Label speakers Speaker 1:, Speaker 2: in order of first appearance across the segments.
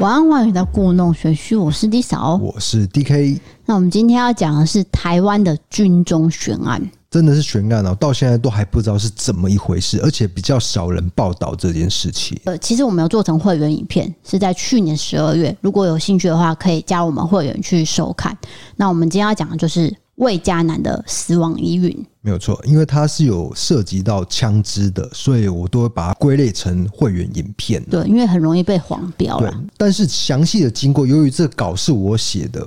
Speaker 1: 晚安外语的故弄玄虚，我是 D 嫂。
Speaker 2: 我是 DK，
Speaker 1: 哦那我们今天要讲的是台湾的军中悬案，
Speaker 2: 真的是悬案哦，到现在都还不知道是怎么一回事，而且比较少人报道这件事情。
Speaker 1: 呃，其实我们有做成会员影片，是在去年十二月。如果有兴趣的话，可以加入我们会员去收看。那我们今天要讲的就是魏家南的死亡疑云。
Speaker 2: 没有错，因为它是有涉及到枪支的，所以我都会把它归类成会员影片。
Speaker 1: 对，因为很容易被黄标
Speaker 2: 对
Speaker 1: 了。，
Speaker 2: 但是详细的经过，由于这稿是我写的，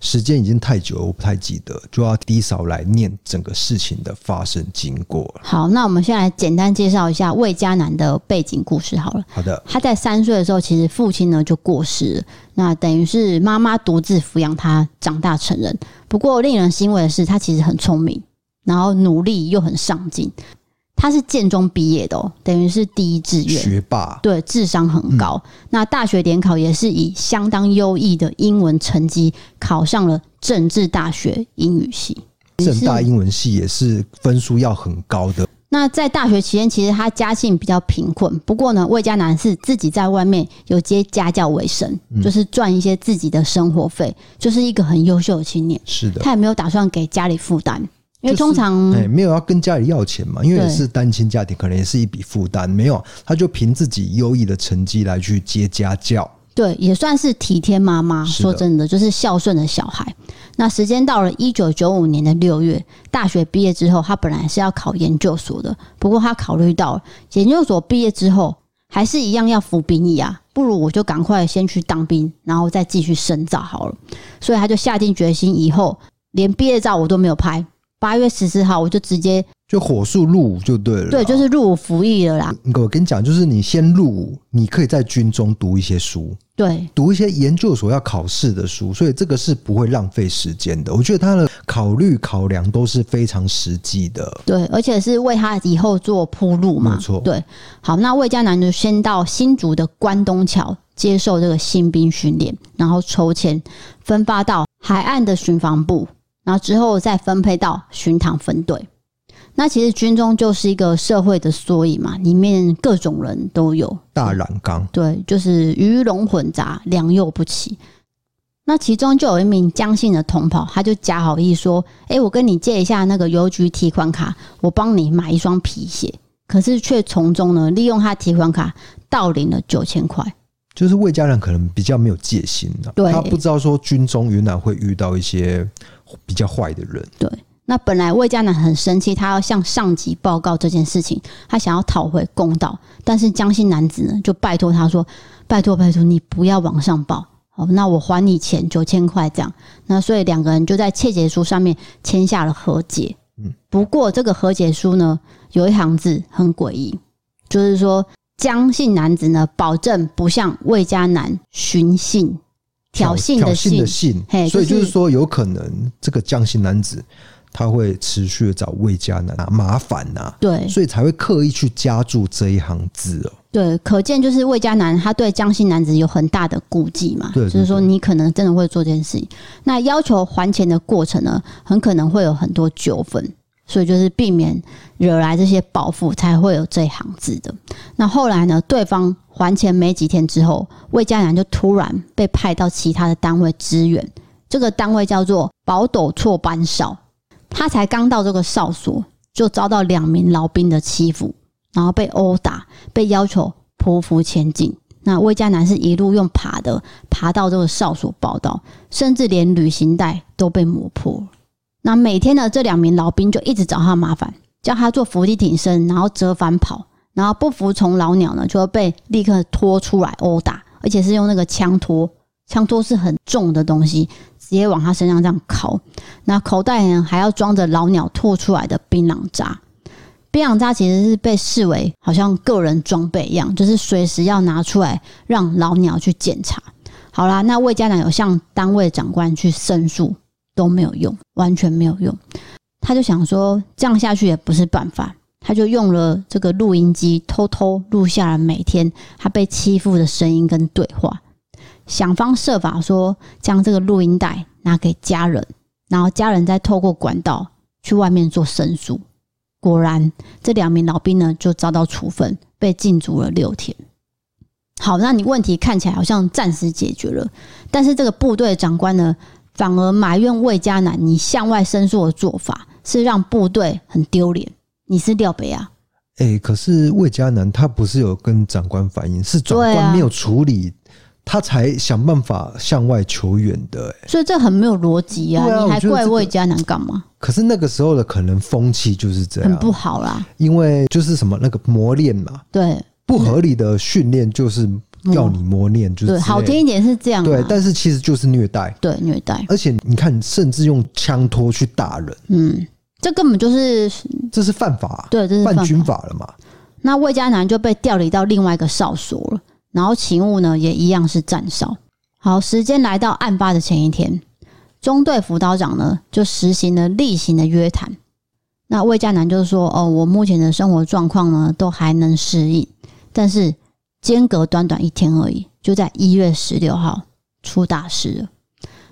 Speaker 2: 时间已经太久了，我不太记得，就要 D 嫂来念整个事情的发生经过了。
Speaker 1: 好，那我们先来简单介绍一下魏家南的背景故事好了。
Speaker 2: 好的，
Speaker 1: 他在三岁的时候，其实父亲呢就过世了，那等于是妈妈独自抚养他长大成人。不过令人欣慰的是，他其实很聪明，然后努力又很上进。他是建中毕业的哦，等于是第一志愿，
Speaker 2: 学霸，
Speaker 1: 对，智商很高。那大学联考也是以相当优异的英文成绩考上了政治大学英语系。
Speaker 2: 正大
Speaker 1: 是
Speaker 2: 英文系也是分数要很高的，
Speaker 1: 那在大学期间，其实他家境比较贫困，不过呢，魏家南是自己在外面有接家教为生，
Speaker 2: 嗯
Speaker 1: 就是赚一些自己的生活费，就是一个很优秀的青年。
Speaker 2: 是的。
Speaker 1: 他也没有打算给家里负担，因为
Speaker 2: 就是
Speaker 1: 通常、
Speaker 2: 哎、没有要跟家里要钱嘛，因为
Speaker 1: 嗯对
Speaker 2: 也是单亲家庭，可能也是一笔负担。没有，他就凭自己优异的成绩来去接家教。
Speaker 1: 对也算是体贴妈妈。
Speaker 2: 是的
Speaker 1: 说真的，就是孝顺的小孩。那时间到了一九九五年的六月，大学毕业之后，他本来是要考研究所的，不过他考虑到研究所毕业之后还是一样要服兵役啊，不如我就赶快先去当兵，然后再继续深造好了。所以他就下定决心，以后连毕业照我都没有拍。八月十四号，我就直接
Speaker 2: 就火速入伍就对啊了啦。
Speaker 1: 对，就是入伍服役了啦。
Speaker 2: 我跟你讲，就是你先入伍，你可以在军中读一些书，
Speaker 1: 对，
Speaker 2: 读一些研究所要考试的书，所以这个是不会浪费时间的。我觉得他的考虑考量都是非常实际的。
Speaker 1: 对，而且是为他以后做铺路嘛。
Speaker 2: 没错
Speaker 1: 对，好，那魏家南就先到新竹的关东桥接受这个新兵训练，然后抽签分发到海岸的巡防部，然后之后再分配到巡堂分队。那其实军中就是一个社会的缩影嘛，里面各种人都有，
Speaker 2: 大染缸，
Speaker 1: 对，就是鱼龙混杂，良莠不齐。那其中就有一名江姓的同袍，他就假好意说：“哎、我跟你借一下那个邮局提款卡，我帮你买一双皮鞋。”可是却从中呢，利用他提款卡盗领了九千块。
Speaker 2: 就是魏家人可能比较没有戒心的、
Speaker 1: 对
Speaker 2: 他不知道说军中原来会遇到一些比较坏的人。
Speaker 1: 那本来魏家南很生气，他要向上级报告这件事情，他想要讨回公道。但是江姓男子呢，就拜托他说：“拜托，拜托，你不要往上报，好，那我还你钱九千块这样。”那所以两个人就在窃结书上面签下了和解。
Speaker 2: 嗯，
Speaker 1: 不过这个和解书呢，有一行字很诡异，就是说江姓男子呢保证不向魏家南寻衅挑衅
Speaker 2: 挑
Speaker 1: 的
Speaker 2: 衅
Speaker 1: 衅
Speaker 2: 的。衅，
Speaker 1: 嘿
Speaker 2: 所以
Speaker 1: 就
Speaker 2: 就是是说，有可能这个江姓男子他会持续的找魏家男啊麻烦呐、
Speaker 1: 对，
Speaker 2: 所以才会刻意去加注这一行字哦。
Speaker 1: 对，可见就是魏家男他对江姓男子有很大的顾忌嘛，
Speaker 2: 对对
Speaker 1: 就是说
Speaker 2: 对
Speaker 1: 你可能真的会做这件事情。那要求还钱的过程呢，很可能会有很多纠纷，所以就是避免惹来这些报复，才会有这一行字的。那后来呢，对方还钱没几天之后，魏家男就突然被派到其他的单位支援，这个单位叫做宝斗错班哨，他才刚到这个哨所，就遭到两名老兵的欺负，然后被殴打，被要求匍匐前进。那魏家南是一路用爬的爬到这个哨所报道，甚至连旅行袋都被磨破了。那每天呢，这两名老兵就一直找他麻烦，叫他做伏地挺身，然后折返跑，然后不服从老鸟呢，就会被立刻拖出来殴打，而且是用那个枪托，枪托是很重的东西，直接往他身上这样敲。那口袋呢还要装着老鸟吐出来的槟榔渣。槟榔渣其实是被视为好像个人装备一样，就是随时要拿出来让老鸟去检查。好啦，那魏家长有向单位长官去申诉都没有用，完全没有用。他就想说这样下去也不是办法，他就用了这个录音机偷偷录下了每天他被欺负的声音跟对话，想方设法说将这个录音带拿给家人，然后家人再透过管道去外面做申诉。果然，这两名老兵呢就遭到处分，被禁足了六天。好，那你问题看起来好像暂时解决了，但是这个部队长官呢，反而埋怨魏嘉南你向外申诉的做法是让部队很丢脸，你是廖北啊？
Speaker 2: 哎、可是魏佳南他不是有跟长官反映，是长
Speaker 1: 对啊
Speaker 2: 官没有处理，他才想办法向外求援的、哎，
Speaker 1: 所以这很没有逻辑啊！
Speaker 2: 对啊
Speaker 1: 你
Speaker 2: 我
Speaker 1: 还
Speaker 2: 觉得
Speaker 1: 怪
Speaker 2: 这个
Speaker 1: 魏嘉南干嘛？
Speaker 2: 可是那个时候的可能风气就是这
Speaker 1: 很不
Speaker 2: 样，啊
Speaker 1: 好啦，
Speaker 2: 因为就是什么那个磨练嘛，
Speaker 1: 对
Speaker 2: 不合理的训练就是要你磨练，就是
Speaker 1: 对，
Speaker 2: 之类的
Speaker 1: 好听一点是这样啊，
Speaker 2: 对，但是其实就是虐待，
Speaker 1: 对虐待，
Speaker 2: 而且你看，甚至用枪托去打人，
Speaker 1: 嗯，这根本就是
Speaker 2: 这是犯法啊、
Speaker 1: 对，这是
Speaker 2: 犯
Speaker 1: 犯
Speaker 2: 军法了嘛？
Speaker 1: 那魏嘉南就被调离到另外一个哨所了，然后勤务呢也一样是站哨。好，时间来到案发的前一天，中队辅导长呢就实行了例行的约谈。那魏嘉南就说：“哦，我目前的生活状况呢都还能适应，但是间隔短短一天而已，就在一月十六号出大事了。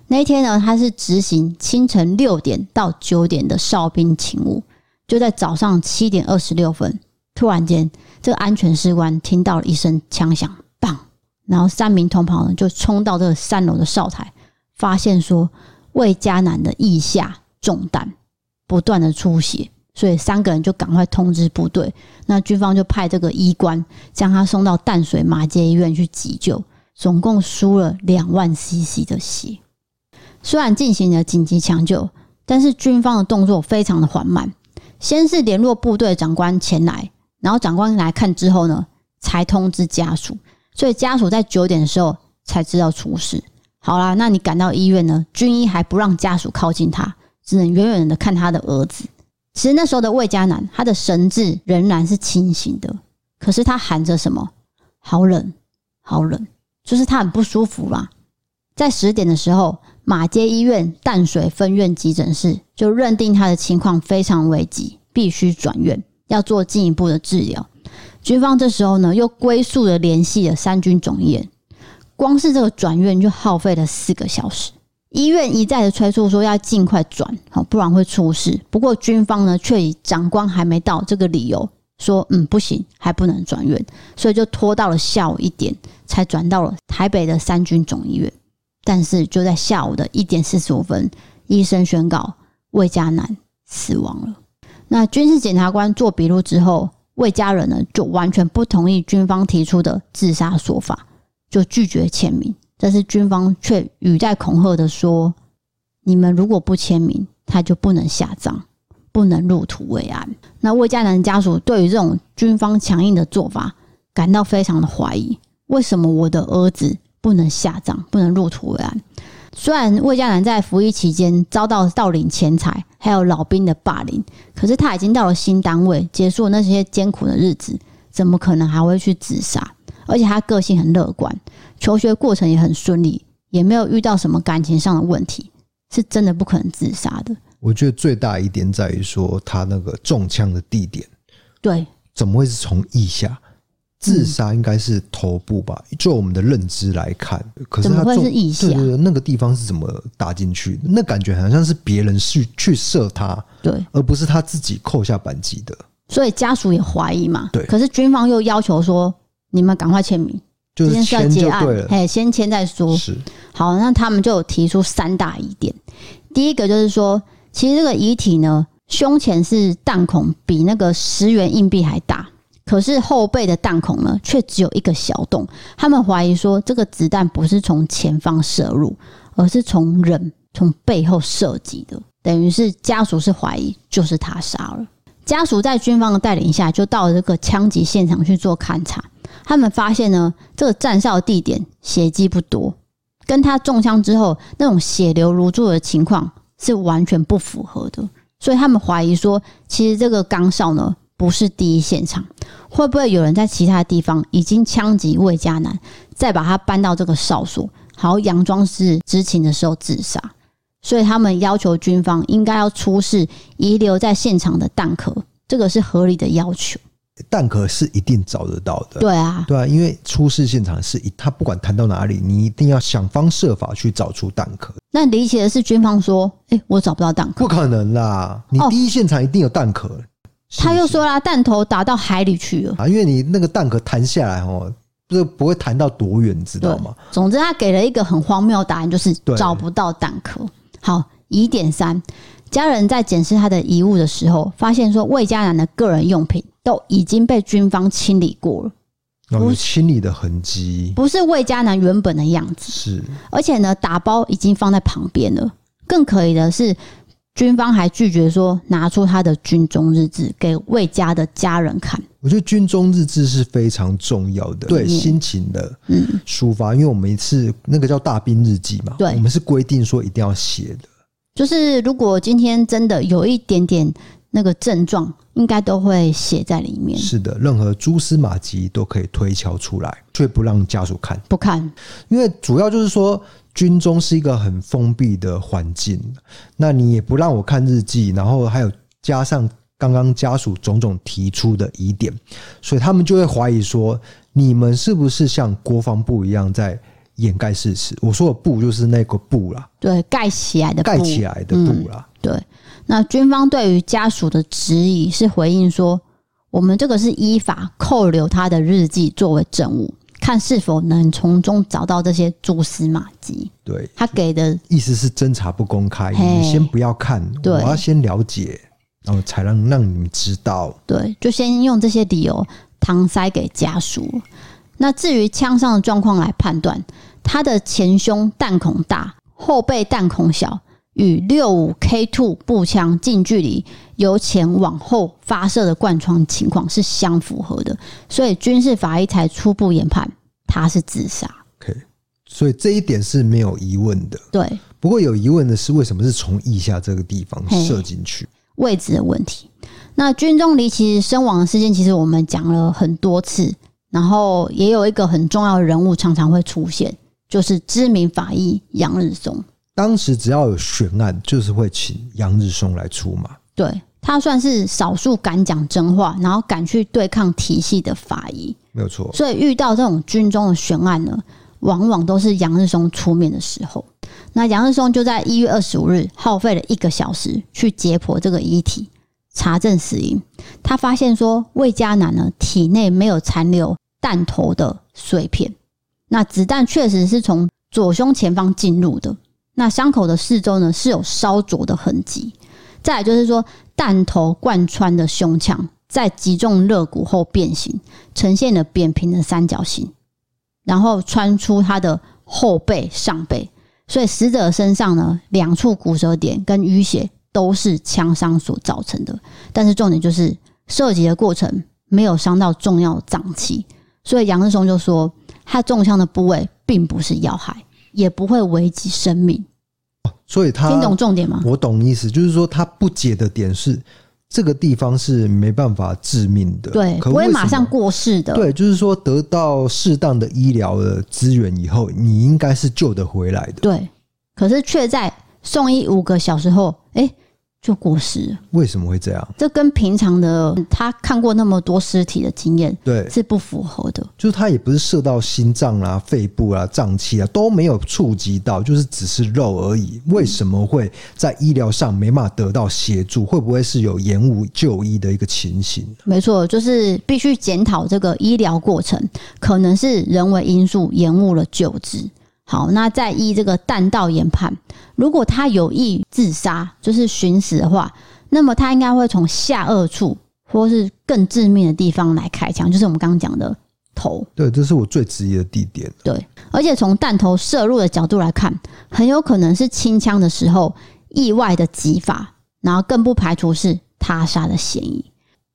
Speaker 1: 那一天呢，他是执行清晨六点到九点的哨兵勤务，就在早上七点二十六分，突然间，这个安全士官听到了一声枪响，棒！然后三名同袍呢就冲到这个三楼的哨台，发现说魏嘉南的腋下中弹，不断的出血，所以三个人就赶快通知部队。那军方就派这个医官将他送到淡水马街医院去急救，总共输了两万 CC 的血。虽然进行了紧急抢救，但是军方的动作非常的缓慢。先是联络部队长官前来，然后长官来看之后呢，才通知家属，所以家属在九点的时候才知道出事。好啦，那你赶到医院呢，军医还不让家属靠近他，只能远远的看他的儿子。其实那时候的魏佳楠，他的神志仍然是清醒的，可是他喊着什么“好冷，好冷”，就是他很不舒服啦。在十点的时候，马街医院淡水分院急诊室就认定他的情况非常危急，必须转院，要做进一步的治疗。军方这时候呢，又龟速的联系了三军总医院，光是这个转院就耗费了四个小时。医院一再的催促说要尽快转，好，不然会出事。不过军方呢，却以长官还没到这个理由说，嗯，不行，还不能转院，所以就拖到了下午一点才转到了台北的三军总医院。但是就在下午的一点四十五分，医生宣告魏家男死亡了。那军事检察官做笔录之后，魏家人呢就完全不同意军方提出的自杀说法，就拒绝签名。但是军方却语带恐吓的说：“你们如果不签名，他就不能下葬，不能入土为安。”那魏家男家属对于这种军方强硬的做法感到非常的怀疑，为什么我的儿子不能下葬，不能入土为安。虽然魏佳楠在服役期间遭到盗领钱财，还有老兵的霸凌，可是他已经到了新单位，结束那些艰苦的日子，怎么可能还会去自杀？而且他个性很乐观，求学过程也很顺利，也没有遇到什么感情上的问题，是真的不可能自杀的。
Speaker 2: 我觉得最大一点在于说他那个中枪的地点
Speaker 1: 对，
Speaker 2: 怎么会是从腋下？自
Speaker 1: 嗯
Speaker 2: 杀应该是头部吧？就我们的认知来看，可是
Speaker 1: 怎么
Speaker 2: 他
Speaker 1: 会
Speaker 2: 中
Speaker 1: 是腋下
Speaker 2: 对对对，那个地方是怎么打进去？那感觉好像是别人去去射他，
Speaker 1: 对，
Speaker 2: 而不是他自己扣下扳机的。
Speaker 1: 所以家属也怀疑嘛。
Speaker 2: 对
Speaker 1: 可是军方又要求说，你们赶快签名，
Speaker 2: 就
Speaker 1: 这件
Speaker 2: 是
Speaker 1: 事要
Speaker 2: 签
Speaker 1: 结
Speaker 2: 就
Speaker 1: 案
Speaker 2: 对，了，
Speaker 1: 哎，先签再说。
Speaker 2: 是
Speaker 1: 好，那他们就有提出三大疑点。第一个就是说，其实这个遗体呢，胸前是弹孔比那个十元硬币还大，可是后背的弹孔呢，却只有一个小洞。他们怀疑说，这个子弹不是从前方射入，而是从人从背后射击的，等于是家属是怀疑就是他杀了。家属在军方的带领下，就到了这个枪击现场去做勘查。他们发现呢，这个站哨地点血迹不多，跟他中枪之后那种血流如注的情况是完全不符合的，所以他们怀疑说，其实这个岗哨呢不是第一现场，会不会有人在其他地方已经枪击魏佳楠，再把他搬到这个哨所，好佯装是执勤的时候自杀？所以他们要求军方应该要出示遗留在现场的弹壳，这个是合理的要求。
Speaker 2: 蛋壳是一定找得到的。
Speaker 1: 对啊，
Speaker 2: 对啊，因为出事现场是一，他不管弹到哪里，你一定要想方设法去找出弹壳，
Speaker 1: 那离奇的是，军方说：“哎、我找不到弹壳。”
Speaker 2: 不可能啦！你
Speaker 1: 哦
Speaker 2: 第一现场一定有弹壳。
Speaker 1: 他又
Speaker 2: 信不信
Speaker 1: 说啦，弹头打到海里去了。
Speaker 2: 啊，因为你那个弹壳弹下来哦，这个不会谈到多远，你知道
Speaker 1: 对
Speaker 2: 吗？，
Speaker 1: 总之他给了一个很荒谬的答案，就是
Speaker 2: 对
Speaker 1: 找不到蛋壳。好，疑点三，家人在检视他的遗物的时候，发现说魏家男的个人用品都已经被军方清理过了，
Speaker 2: 然后
Speaker 1: 不
Speaker 2: 哦有清理的痕迹
Speaker 1: 不是魏家男原本的样子，
Speaker 2: 是
Speaker 1: 而且呢，打包已经放在旁边了。更可以的是，军方还拒绝说拿出他的军中日志给魏家的家人看。
Speaker 2: 我觉得军中日志是非常重要的，对
Speaker 1: 嗯
Speaker 2: 心情的
Speaker 1: 嗯，
Speaker 2: 抒发，因为我们一次那个叫大兵日记嘛，
Speaker 1: 对
Speaker 2: 我们是规定说一定要写的，
Speaker 1: 就是如果今天真的有一点点那个症状，应该都会写在里面。
Speaker 2: 是的，任何蛛丝马迹都可以推敲出来，却不让家属看，
Speaker 1: 不看，
Speaker 2: 因为主要就是说军中是一个很封闭的环境，那你也不让我看日记，然后还有加上刚刚家属种种提出的疑点，所以他们就会怀疑说，你们是不是像国防部一样在掩盖事实？我说的“布”就是那个“布”啦，
Speaker 1: 对，盖起来的
Speaker 2: 盖
Speaker 1: 布
Speaker 2: 起来的“布”啦。
Speaker 1: 对，那军方对于家属的质疑是回应说，我们这个是依法扣留他的日记作为证物，看是否能从中找到这些蛛丝马迹。
Speaker 2: 对，
Speaker 1: 他给的
Speaker 2: 意思是侦查不公开，
Speaker 1: 嘿
Speaker 2: 你们先不要看，
Speaker 1: 对
Speaker 2: 我要先了解，然后才能让你们知道。
Speaker 1: 对，就先用这些理由搪塞给家属。那至于枪上的状况来判断，他的前胸弹孔大，后背弹孔小，与六五 K two 步枪近距离由前往后发射的贯穿情况是相符合的，所以军事法医才初步研判他是自杀。
Speaker 2: OK，所以这一点是没有疑问的。
Speaker 1: 对，
Speaker 2: 不过有疑问的是，为什么是从腋下这个地方
Speaker 1: 嘿
Speaker 2: 射进去？
Speaker 1: 位置的问题。那军中离奇身亡的事件，其实我们讲了很多次，然后也有一个很重要的人物常常会出现，就是知名法医杨日松。
Speaker 2: 当时只要有悬案，就是会请杨日松来出马。
Speaker 1: 对他算是少数敢讲真话，然后敢去对抗体系的法医，
Speaker 2: 没有错，
Speaker 1: 所以遇到这种军中的悬案呢，往往都是杨日松出面的时候。那杨日松就在一月二十五日耗费了一个小时去解剖这个遗体，查证死因。他发现说魏佳楠呢体内没有残留弹头的碎片，那子弹确实是从左胸前方进入的。那伤口的四周呢是有烧灼的痕迹。再来就是说，弹头贯穿的胸腔，在击中肋骨后变形，呈现了扁平的三角形，然后穿出他的后背、上背，所以死者身上呢两处骨折点跟淤血都是枪伤所造成的。但是重点就是射击的过程没有伤到重要的脏器，所以杨志松就说，他中枪的部位并不是要害，也不会危及生命。
Speaker 2: 所以他
Speaker 1: 听懂重点吗？
Speaker 2: 我懂意思，就是说他不解的点是这个地方是没办法致命的，
Speaker 1: 对，
Speaker 2: 可
Speaker 1: 不会
Speaker 2: 为什
Speaker 1: 马上
Speaker 2: 么
Speaker 1: 过世的。
Speaker 2: 对，就是说得到适当的医疗的资源以后，你应该是救得回来的。
Speaker 1: 对，可是却在送医五个小时后，哎、就过世了。
Speaker 2: 为什么会这样？
Speaker 1: 这跟平常的他看过那么多尸体的经验
Speaker 2: 对，
Speaker 1: 是不符合的。
Speaker 2: 就是他也不是射到心脏啦、肺部啦、脏器啊都没有触及到，就是只是肉而已。为什么会在医疗上没办法得到协助？会不会是有延误就医的一个情形？
Speaker 1: 没错，就是必须检讨这个医疗过程，可能是人为因素延误了救治。好，那再依这个弹道研判，如果他有意自杀，就是寻死的话，那么他应该会从下颚处或是更致命的地方来开枪，就是我们刚刚讲的头。
Speaker 2: 对，这是我最质疑的地点。
Speaker 1: 对，而且从弹头射入的角度来看，很有可能是清枪的时候意外的击法，然后更不排除是他杀的嫌疑。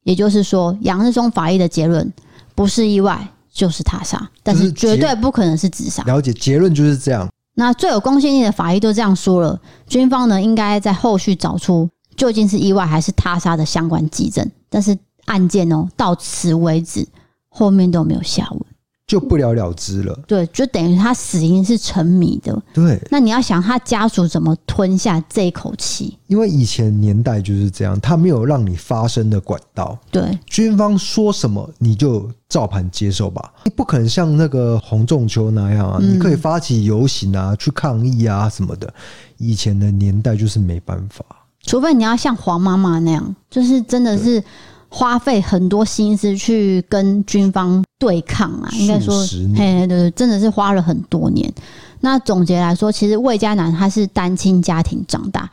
Speaker 1: 也就是说，杨日松法医的结论不是意外就是他杀，但
Speaker 2: 就是是
Speaker 1: 绝
Speaker 2: 结
Speaker 1: 对不可能是自杀。
Speaker 2: 了解，结论就是这样。
Speaker 1: 那最有公信力的法医都这样说了，军方呢应该在后续找出究竟是意外还是他杀的相关迹证，但是案件哦到此为止，后面都没有下文。
Speaker 2: 就不了了之了。
Speaker 1: 对，就等于他死因是沉迷的，
Speaker 2: 对，
Speaker 1: 那你要想他家属怎么吞下这一口气？
Speaker 2: 因为以前年代就是这样，他没有让你发声的管道，
Speaker 1: 对
Speaker 2: 军方说什么你就照盘接受吧。你不可能像那个洪仲秋那样
Speaker 1: 嗯
Speaker 2: 啊，你可以发起游行啊，去抗议啊什么的。以前的年代就是没办法，
Speaker 1: 除非你要像黄妈妈那样，就是真的是花费很多心思去跟军方对抗啊，应该说
Speaker 2: 数十，年
Speaker 1: 嘿，对对，真的是花了很多年。那总结来说，其实魏佳楠他是单亲家庭长大，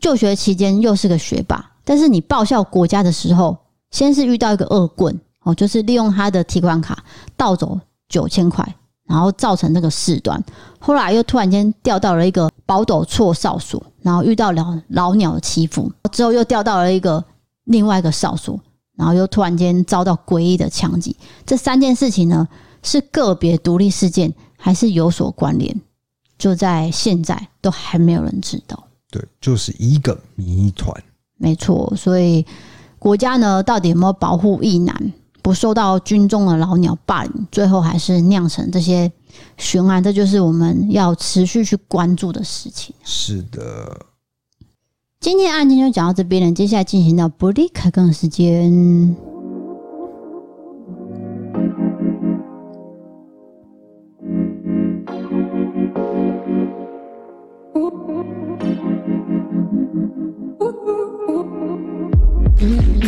Speaker 1: 就学期间又是个学霸，但是你报效国家的时候，先是遇到一个恶棍哦，就是利用他的提款卡盗走九千块，然后造成这个事端。后来又突然间调到了一个宝斗错少署，然后遇到老老鸟的欺负，之后又调到了一个另外一个少署，然后又突然间遭到诡异的枪击。这三件事情呢，是个别独立事件，还是有所关联？就在现在都还没有人知道。
Speaker 2: 对，就是一个谜团。
Speaker 1: 没错，所以国家呢到底有没有保护一男不受到军中的老鸟霸凌，最后还是酿成这些悬案，这就是我们要持续去关注的事情。
Speaker 2: 是的，
Speaker 1: 今天的案件就讲到这边了，接下来进行到不利开更的时间。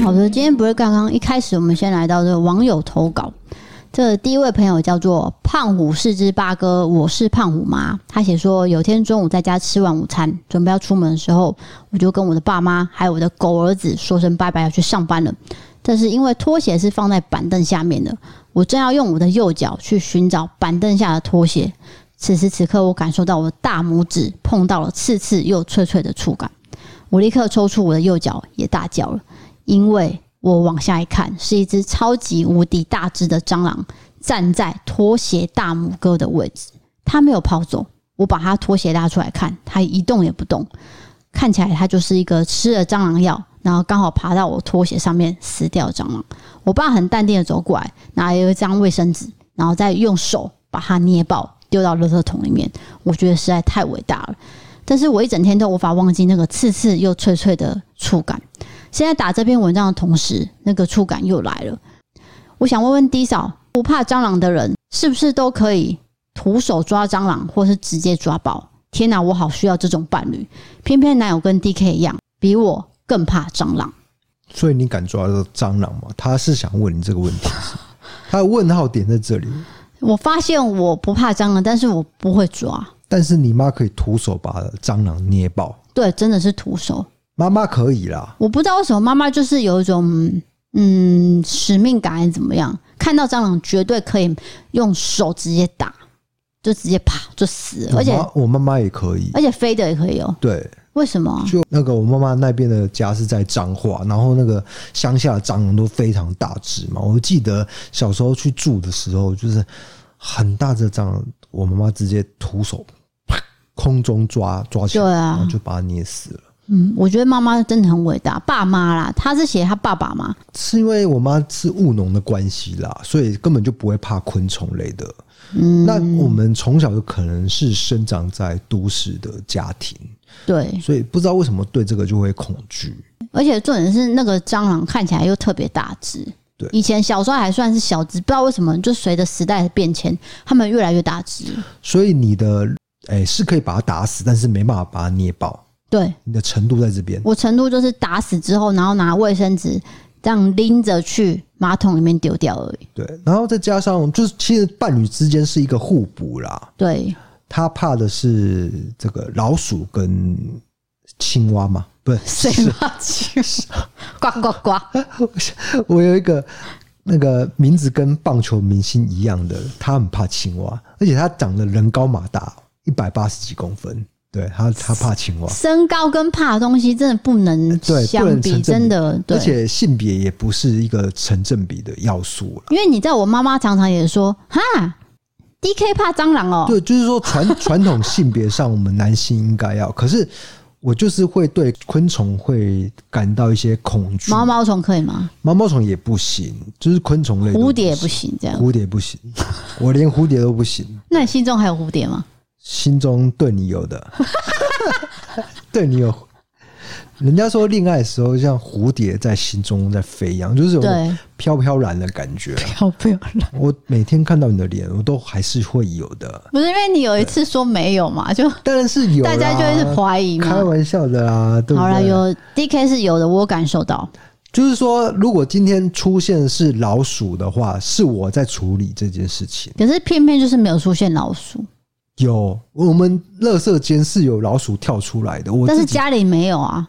Speaker 1: 好的，今天不是刚刚一开始，我们先来到这个网友投稿。这第一位朋友叫做胖虎是只八哥，我是胖虎妈。他写说，有天中午在家吃完午餐，准备要出门的时候，我就跟我的爸妈还有我的狗儿子说声拜拜，要去上班了。但是因为拖鞋是放在板凳下面的，我正要用我的右脚去寻找板凳下的拖鞋。此时此刻，我感受到我的大拇指碰到了刺刺又脆脆的触感，我立刻抽出我的右脚，也大叫了。因为我往下一看，是一只超级无敌大只的蟑螂站在拖鞋大拇哥的位置，它没有跑走。我把它拖鞋拉出来看，它一动也不动，看起来它就是一个吃了蟑螂药，然后刚好爬到我拖鞋上面死掉的蟑螂。我爸很淡定的走过来，拿了一张卫生纸，然后再用手把它捏爆，丢到垃圾桶里面。我觉得实在太伟大了，但是我一整天都无法忘记那个刺刺又脆脆的触感。现在打这篇文章的同时，那个触感又来了。我想问问 D 嫂，不怕蟑螂的人是不是都可以徒手抓蟑螂，或是直接抓爆？天哪，我好需要这种伴侣。偏偏男友跟 DK 一样，比我更怕蟑螂。
Speaker 2: 所以你敢抓到蟑螂吗？他是想问你这个问题， 他的问号点在这里。
Speaker 1: 我发现我不怕蟑螂，但是我不会抓。
Speaker 2: 但是你妈可以徒手把蟑螂捏爆，
Speaker 1: 对，真的是徒手。
Speaker 2: 妈妈可以啦，
Speaker 1: 我不知道为什么妈妈就是有一种嗯使命感还是怎么样，看到蟑螂绝对可以用手直接打，就直接啪就死了，而且
Speaker 2: 我妈我妈妈也可以。
Speaker 1: 而且飞的也可以哦、
Speaker 2: 对，
Speaker 1: 为什么啊？
Speaker 2: 就那个我妈妈那边的家是在彰化，然后那个乡下的蟑螂都非常大只嘛。我记得小时候去住的时候，就是很大只的蟑螂，我妈妈直接徒手 啪空中抓抓起来，
Speaker 1: 对
Speaker 2: 然
Speaker 1: 啊
Speaker 2: 后，就把它捏死了。
Speaker 1: 嗯，我觉得妈妈真的很伟大，爸妈啦，他是写他爸爸嘛，
Speaker 2: 是因为我妈是务农的关系啦，所以根本就不会怕昆虫类的。
Speaker 1: 嗯，
Speaker 2: 那我们从小就可能是生长在都市的家庭，
Speaker 1: 对，
Speaker 2: 所以不知道为什么对这个就会恐惧。
Speaker 1: 而且重点是那个蟑螂看起来又特别大只，
Speaker 2: 对
Speaker 1: 以前小时候还算是小只，不知道为什么就随着时代的变迁，它们越来越大只，
Speaker 2: 所以你的哎、是可以把它打死，但是没办法把它捏爆。
Speaker 1: 对，
Speaker 2: 你的程度在这边，
Speaker 1: 我程度就是打死之后，然后拿卫生纸这样拎着去马桶里面丢掉而已。
Speaker 2: 对，然后再加上就是其实伴侣之间是一个互补啦。
Speaker 1: 对，
Speaker 2: 他怕的是这个老鼠跟青蛙嘛，不是
Speaker 1: 水马青，呱呱呱！
Speaker 2: 我有一个那个名字跟棒球明星一样的，他很怕青蛙，而且他长得人高马大，一百八十几公分，对他他怕青 蛙，
Speaker 1: 身高跟怕的东西真的不能
Speaker 2: 对不
Speaker 1: 相
Speaker 2: 能
Speaker 1: 比，
Speaker 2: 成正
Speaker 1: 真
Speaker 2: 比
Speaker 1: 的
Speaker 2: 而
Speaker 1: 对。
Speaker 2: 且性别也不是一个成正比的要素了。
Speaker 1: 因为你知道，我妈妈常常也说：“哈，D K 怕蟑螂哦、
Speaker 2: 对，就是说传传统性别上，我们男性应该要，可是我就是会对昆虫会感到一些恐惧，
Speaker 1: 毛毛虫可以吗？
Speaker 2: 毛毛虫也不行，就是昆虫类都
Speaker 1: 蝴蝶也不行，这样。
Speaker 2: 蝴蝶不行，我连蝴蝶都不行。
Speaker 1: 那你心中还有蝴蝶吗？
Speaker 2: 心中对你有的， 对你有。人家说恋爱的时候像蝴蝶在心中在飞一样，就是有种
Speaker 1: 对，
Speaker 2: 飘飘然的感觉。
Speaker 1: 要不要了？
Speaker 2: 我每天看到你的脸，我都还是会有的。
Speaker 1: 不是因为你有一次说没有嘛，就
Speaker 2: 当然是有啦，
Speaker 1: 大家就会是怀疑嘛
Speaker 2: 开。玩笑的啦，对不
Speaker 1: 好了，
Speaker 2: 对？
Speaker 1: 有 D K 是有的，我有感受到。
Speaker 2: 就是说，如果今天出现是老鼠的话，是我在处理这件事情。
Speaker 1: 可是偏偏就是没有出现老鼠，
Speaker 2: 有我们垃圾间是有老鼠跳出来的，我
Speaker 1: 但是
Speaker 2: 自己
Speaker 1: 家里没有啊。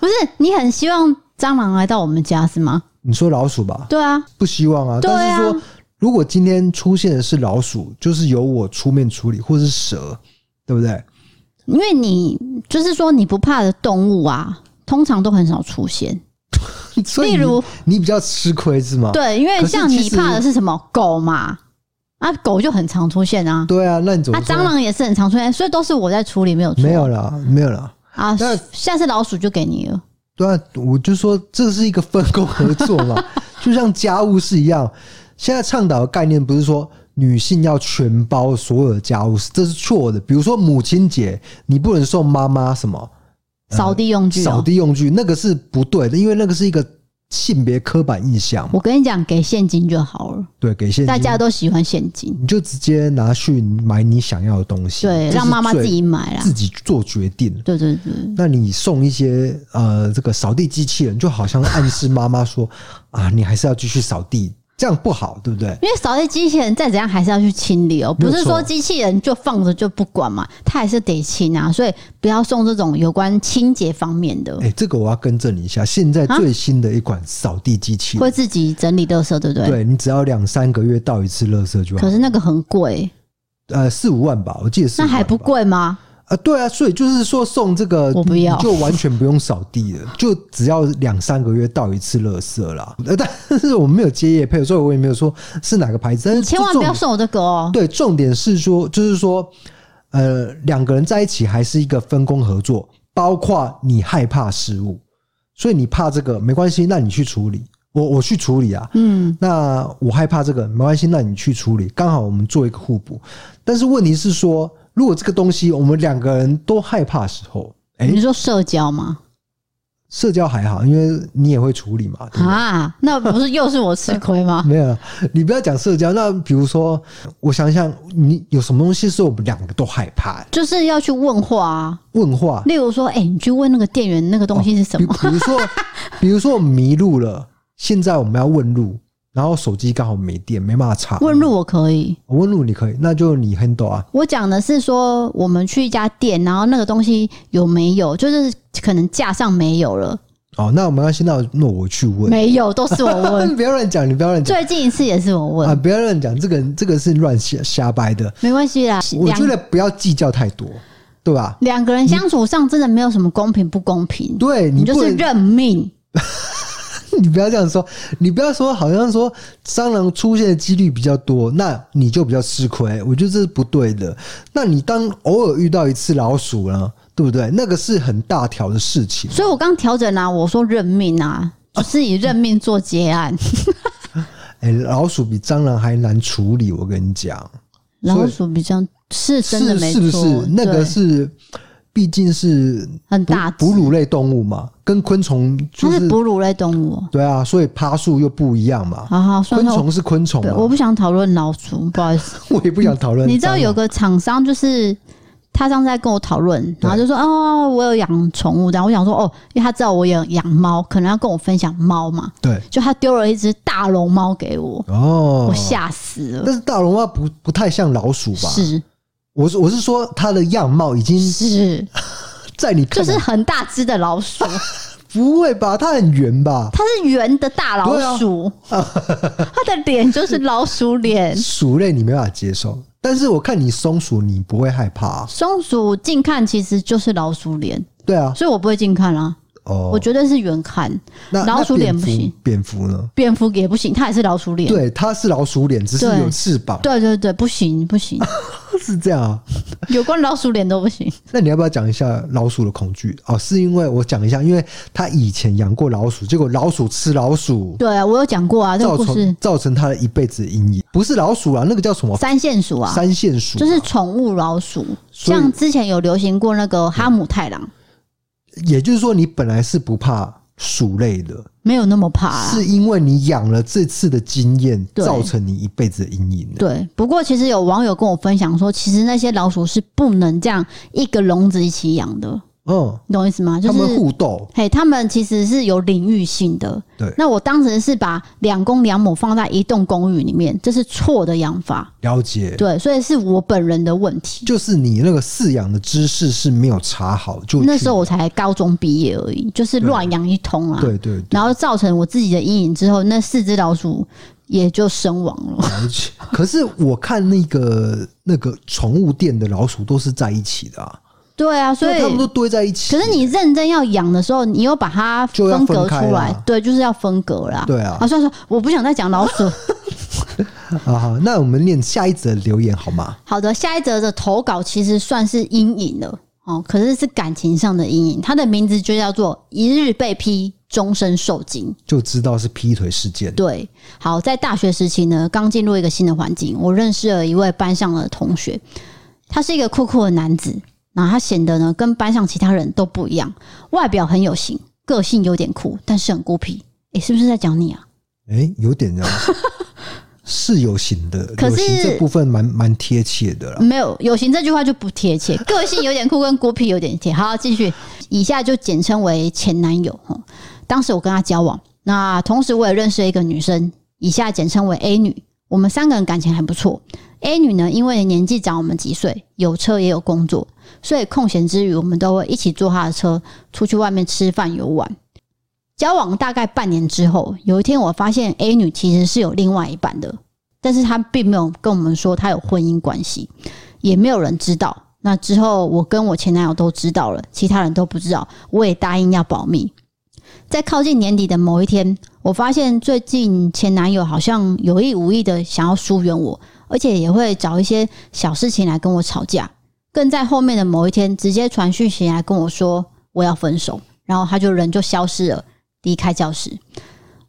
Speaker 1: 不是你很希望蟑螂来到我们家是吗？
Speaker 2: 你说老鼠吧，
Speaker 1: 对啊，
Speaker 2: 不希望啊。
Speaker 1: 对啊
Speaker 2: 但是说，如果今天出现的是老鼠，就是由我出面处理，或是蛇，对不对？
Speaker 1: 因为你就是说你不怕的动物啊，通常都很少出现。
Speaker 2: 所以
Speaker 1: 例
Speaker 2: 你
Speaker 1: 如
Speaker 2: 你比较吃亏是吗？
Speaker 1: 对，因为
Speaker 2: 哦可是
Speaker 1: 像
Speaker 2: 其
Speaker 1: 你
Speaker 2: 实
Speaker 1: 怕的是什么狗嘛？啊，狗就很常出现啊，
Speaker 2: 对啊，那你怎
Speaker 1: 啊，
Speaker 2: 么说？
Speaker 1: 蟑螂也是很常出现，所以都是我在处理，没有错
Speaker 2: 没有啦，没有啦。
Speaker 1: 啊
Speaker 2: 那。
Speaker 1: 下次老鼠就给你了，
Speaker 2: 对啊，我就说这是一个分工合作嘛， 就像家务事一样。现在倡导的概念不是说女性要全包所有的家务事，这是错的。比如说母亲节，你不能送妈妈什么
Speaker 1: 扫地用具、
Speaker 2: 呃扫
Speaker 1: 哦。
Speaker 2: 地用具，那个是不对的，因为那个是一个性别刻板印象嘛。
Speaker 1: 我跟你讲，给现金就好了，
Speaker 2: 对，给现金
Speaker 1: 大家都喜欢现金，
Speaker 2: 你就直接拿去买你想要的东西，
Speaker 1: 对，
Speaker 2: 这是
Speaker 1: 让妈妈
Speaker 2: 最
Speaker 1: 自己买啦。啊
Speaker 2: 自己做决定。
Speaker 1: 对对对，
Speaker 2: 那你送一些呃这个扫地机器人，就好像暗示妈妈说 啊，你还是要继续扫地，这样不好，对不对？
Speaker 1: 因为扫地机器人再怎样还是要去清理哦、
Speaker 2: 没
Speaker 1: 不
Speaker 2: 有
Speaker 1: 是
Speaker 2: 错
Speaker 1: 说机器人就放着就不管嘛，它还是得清啊，所以不要送这种有关清洁方面的
Speaker 2: 哎、，这个我要更正你一下，现在
Speaker 1: 啊
Speaker 2: 最新的一款扫地机器
Speaker 1: 会
Speaker 2: 人，
Speaker 1: 自己整理垃圾，对不对？
Speaker 2: 对你只要两三个月倒一次垃圾就好
Speaker 1: 可，是那个很贵，
Speaker 2: 呃，四五万吧，我记得是
Speaker 1: 那还不贵吗？
Speaker 2: 啊？对啊，所以就是说送这个，
Speaker 1: 我不要
Speaker 2: 你就完全不用扫地了，就只要两三个月倒一次垃圾啦。呃，但是我们没有接业配，所以我也没有说是哪个牌子，但是
Speaker 1: 千万不
Speaker 2: 这种
Speaker 1: 要送我这个哦、
Speaker 2: 对，重点是说，就是说，呃，两个人在一起还是一个分工合作，包括你害怕失误，所以你怕这个没关系，那你去处理，我我去处理啊。
Speaker 1: 嗯，
Speaker 2: 那我害怕这个没关系，那你去处理，刚好我们做一个互补。但是问题是说，如果这个东西我们两个人都害怕的时候，哎、
Speaker 1: 你说社交吗？
Speaker 2: 社交还好，因为你也会处理嘛。对不对
Speaker 1: 啊，那不是又是我吃亏吗？
Speaker 2: 没有啦，你不要讲社交。那比如说，我想想，你有什么东西是我们两个都害怕的？
Speaker 1: 就是要去问话啊，
Speaker 2: 问话，
Speaker 1: 例如说，哎、你去问那个店员那个东西是什
Speaker 2: 比
Speaker 1: 么？
Speaker 2: 比如 说，比如说我们迷路了，现在我们要问路，然后手机刚好没电，没办法查。
Speaker 1: 问路我可以，
Speaker 2: 哦，问路你可以，那就你 handle 啊。
Speaker 1: 我讲的是说，我们去一家店，然后那个东西有没有，就是可能架上没有了，
Speaker 2: 哦，那我们要先到，那我去问。
Speaker 1: 没有都是我问。
Speaker 2: 不要乱讲，你不要乱讲
Speaker 1: 最近一次也是我问，
Speaker 2: 啊！不要乱讲，这个这个是乱瞎瞎掰的。
Speaker 1: 没关系啦。
Speaker 2: 我觉
Speaker 1: 两
Speaker 2: 得不要计较太多，对吧？
Speaker 1: 两个人相处上真的没有什么公平不公平，
Speaker 2: 对
Speaker 1: 你
Speaker 2: 你
Speaker 1: 就
Speaker 2: 不
Speaker 1: 是
Speaker 2: 能，
Speaker 1: 认命。
Speaker 2: 你不要这样说，你不要说好像说蟑螂出现的几率比较多，那你就比较吃亏。我觉得这是不对的。那你当偶尔遇到一次老鼠呢，对不对？那个是很大条的事情。
Speaker 1: 所以我刚调整啦、我说认命啊，就是以认命做结案。
Speaker 2: 哎、老鼠比蟑螂还难处理，我跟你讲，
Speaker 1: 老鼠比较是真的
Speaker 2: 是
Speaker 1: 没
Speaker 2: 是
Speaker 1: 错，
Speaker 2: 不是？那个
Speaker 1: 对
Speaker 2: 是，毕竟是
Speaker 1: 很
Speaker 2: 哺
Speaker 1: 大只
Speaker 2: 哺，乳类动物嘛，跟昆虫就
Speaker 1: 它
Speaker 2: 是
Speaker 1: 是哺乳类动物哦。
Speaker 2: 对啊，所以爬树又不一样嘛。
Speaker 1: 好好，算
Speaker 2: 昆
Speaker 1: 了，
Speaker 2: 虫是啊昆虫
Speaker 1: 对
Speaker 2: 嘛，
Speaker 1: 我
Speaker 2: 我
Speaker 1: 不想讨论老 鼠，不好意思。
Speaker 2: 也不想讨论。
Speaker 1: 你知道有
Speaker 2: 个
Speaker 1: 个厂商就是。他上次在跟我讨论，然后就说：“哦，我有养宠物。”然后我想说：“哦，因为他知道我有养猫，可能要跟我分享猫嘛。
Speaker 2: 对”
Speaker 1: 就他丢了一只大龙猫给我，
Speaker 2: 哦
Speaker 1: 我，吓死了。
Speaker 2: 但是大龙猫不不太像老鼠吧？
Speaker 1: 是
Speaker 2: 我是我是说它的样貌已经
Speaker 1: 是，
Speaker 2: 在你
Speaker 1: 就
Speaker 2: 看来
Speaker 1: 是很大只的老鼠，
Speaker 2: 不会吧？它很圆吧？
Speaker 1: 它是圆的大老鼠，
Speaker 2: 啊
Speaker 1: 它的脸就是老鼠脸。
Speaker 2: 鼠类你没办法接受，但是我看你松鼠你不会害怕、啊，
Speaker 1: 松鼠近看其实就是老鼠脸，
Speaker 2: 对啊，
Speaker 1: 所以我不会近看啦、
Speaker 2: 哦，
Speaker 1: 我绝对是远看。
Speaker 2: 那
Speaker 1: 老
Speaker 2: 那
Speaker 1: 鼠
Speaker 2: 蝙
Speaker 1: 脸不
Speaker 2: 蝠
Speaker 1: 行，
Speaker 2: 蝙蝠呢？
Speaker 1: 蝙蝠也不行，它也是老鼠脸。
Speaker 2: 对，它是老鼠脸，只是
Speaker 1: 对
Speaker 2: 有翅膀，
Speaker 1: 对对对，不行不 行，
Speaker 2: 是这样啊。
Speaker 1: 有关老鼠脸都不行。
Speaker 2: 那你要不要讲一下老鼠的恐惧？哦，是因为我讲一下，因为他以前养过老鼠，结果老鼠吃老鼠，
Speaker 1: 对啊，我有讲过啊，这个
Speaker 2: 造
Speaker 1: 故事
Speaker 2: 成造成他的一辈子的阴影。不是老鼠啊，那个叫什么？
Speaker 1: 三线鼠啊，
Speaker 2: 三线鼠啊、
Speaker 1: 就是宠物老鼠，
Speaker 2: 所以
Speaker 1: 像之前有流行过那个哈姆太郎，
Speaker 2: 也就是说，你本来是不怕鼠类的，
Speaker 1: 没有那么怕、啊。
Speaker 2: 是因为你养了这次的经验，
Speaker 1: 对
Speaker 2: 造成你一辈子的阴影的。
Speaker 1: 对，不过其实有网友跟我分享说，其实那些老鼠是不能这样一个笼子一起养的，
Speaker 2: 嗯，
Speaker 1: 你懂我意思吗？就
Speaker 2: 他
Speaker 1: 是
Speaker 2: 们互斗，
Speaker 1: 嘿，他们其实是有领域性的。
Speaker 2: 对
Speaker 1: 那我当时是把两公两母放在一栋公寓里面，这是错的养法。
Speaker 2: 了解，
Speaker 1: 对，所以是我本人的问题。
Speaker 2: 就是你那个饲养的知识是没有查好，就
Speaker 1: 那
Speaker 2: 去
Speaker 1: 时候我才高中毕业而已，就是乱养一通啊。
Speaker 2: 对对对，
Speaker 1: 然后造成我自己的阴影之后，那四只老鼠也就身亡了。
Speaker 2: 了 解。可是我看那个那个宠物店的老鼠都是在一起的啊，
Speaker 1: 对啊，所以
Speaker 2: 他们都堆在一起。
Speaker 1: 可是你认真要养的时候，你又把它
Speaker 2: 就要
Speaker 1: 分隔
Speaker 2: 分开
Speaker 1: 出来
Speaker 2: 啦，
Speaker 1: 对，就是要分隔啦。
Speaker 2: 对啊
Speaker 1: 好，算了算了，我不想再讲老鼠。
Speaker 2: 啊，好那我们念下一则留言好吗？
Speaker 1: 好的，下一则的投稿其实算是阴影了哦，可是是感情上的阴影。它的名字就叫做“一日被批，终身受惊”。
Speaker 2: 就知道是劈腿事件。
Speaker 1: 对，好，在大学时期呢，刚进入一个新的环境，我认识了一位班上的同学，他是一个酷酷的男子，然后他显得呢跟班上其他人都不一样，外表很有型，个性有点酷，但是很孤僻。诶、是不是在讲你啊？
Speaker 2: 哎、有点 啊，是有型的，
Speaker 1: 可是嗯
Speaker 2: 有型这部分蛮蛮贴切的啦。
Speaker 1: 没有，有型这句话就不贴切，个性有点酷跟孤僻有点贴。好，继续，以下就简称为前男友。吼当时我跟他交往，那同时我也认识了一个女生，以下简称为 A 女。我们三个人感情还不错。A 女呢，因为年纪长我们几岁，有车也有工作，所以空闲之余，我们都会一起坐她的车出去外面吃饭游玩。交往大概半年之后，有一天我发现 A 女其实是有另外一半的，但是她并没有跟我们说她有婚姻关系，也没有人知道。那之后，我跟我前男友都知道了，其他人都不知道，我也答应要保密。在靠近年底的某一天，我发现最近前男友好像有意无意的想要疏远我，而且也会找一些小事情来跟我吵架，更在后面的某一天直接传讯息来跟我说我要分手，然后他就人就消失了，离开教室。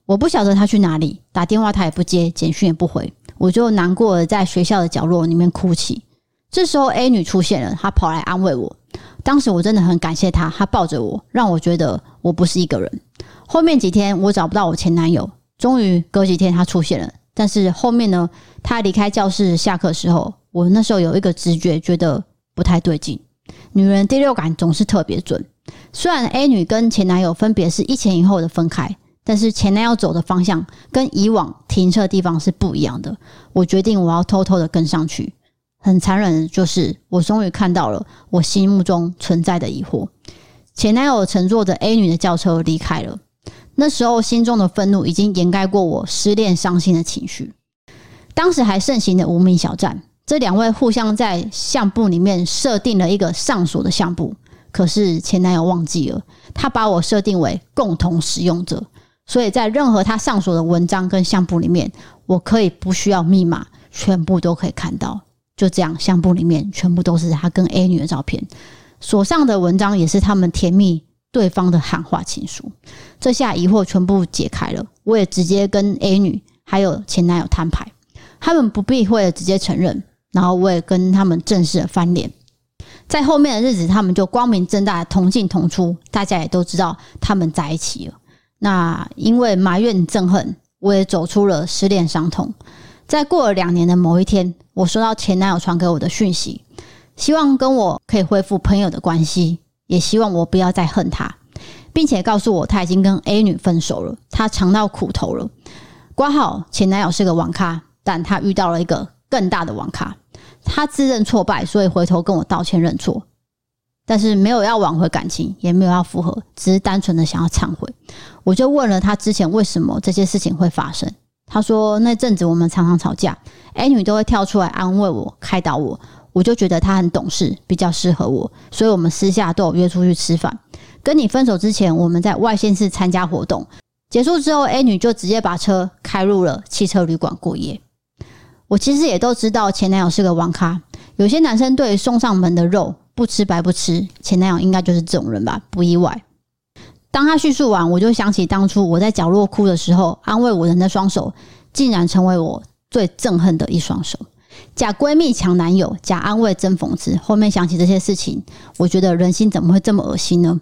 Speaker 1: 我不晓得他去哪里，打电话他也不接，简讯也不回，我就难过的在学校的角落里面哭泣。这时候 A 女出现了，她跑来安慰我。当时我真的很感谢她，她抱着我，让我觉得我不是一个人。后面几天我找不到我前男友，终于隔几天他出现了。但是后面呢，他离开教室下课时候，我那时候有一个直觉，觉得不太对劲。女人第六感总是特别准。虽然 A 女跟前男友分别是一前一后的分开，但是前男友走的方向跟以往停车的地方是不一样的。我决定我要偷偷的跟上去，很残忍的就是，我终于看到了我心目中存在的疑惑。前男友乘坐着 A 女的轿车离开了，那时候心中的愤怒已经掩盖过我失恋伤心的情绪。当时还盛行的无名小站，这两位互相在相簿里面设定了一个上锁的相簿，可是前男友忘记了，他把我设定为共同使用者，所以在任何他上锁的文章跟相簿里面，我可以不需要密码，全部都可以看到。就这样，相簿里面全部都是他跟 A 女的照片，锁上的文章也是他们甜蜜对方的喊话情书。这下疑惑全部解开了，我也直接跟 A 女还有前男友摊牌，他们不避讳的直接承认，然后我也跟他们正式的翻脸。在后面的日子，他们就光明正大的同进同出，大家也都知道他们在一起了。那因为埋怨憎恨，我也走出了失恋伤痛。在过了两年的某一天，我收到前男友传给我的讯息，希望跟我可以恢复朋友的关系，也希望我不要再恨他，并且告诉我他已经跟 A 女分手了，他尝到苦头了。挂号前男友是个网咖，但他遇到了一个更大的网咖，他自认挫败，所以回头跟我道歉认错，但是没有要挽回感情，也没有要复合，只是单纯的想要忏悔。我就问了他之前为什么这些事情会发生。他说那阵子我们常常吵架，A 女都会跳出来安慰我、开导我，我就觉得她很懂事，比较适合我，所以我们私下都有约出去吃饭。跟你分手之前，我们在外县市参加活动，结束之后，A 女就直接把车开入了汽车旅馆过夜。我其实也都知道前男友是个网咖，有些男生对于送上门的肉不吃白不吃，前男友应该就是这种人吧，不意外。当他叙述完，我就想起当初我在角落哭的时候，安慰我的那双手，竟然成为我最憎恨的一双手。假闺蜜抢男友，假安慰真讽刺。后面想起这些事情，我觉得人心怎么会这么恶心呢？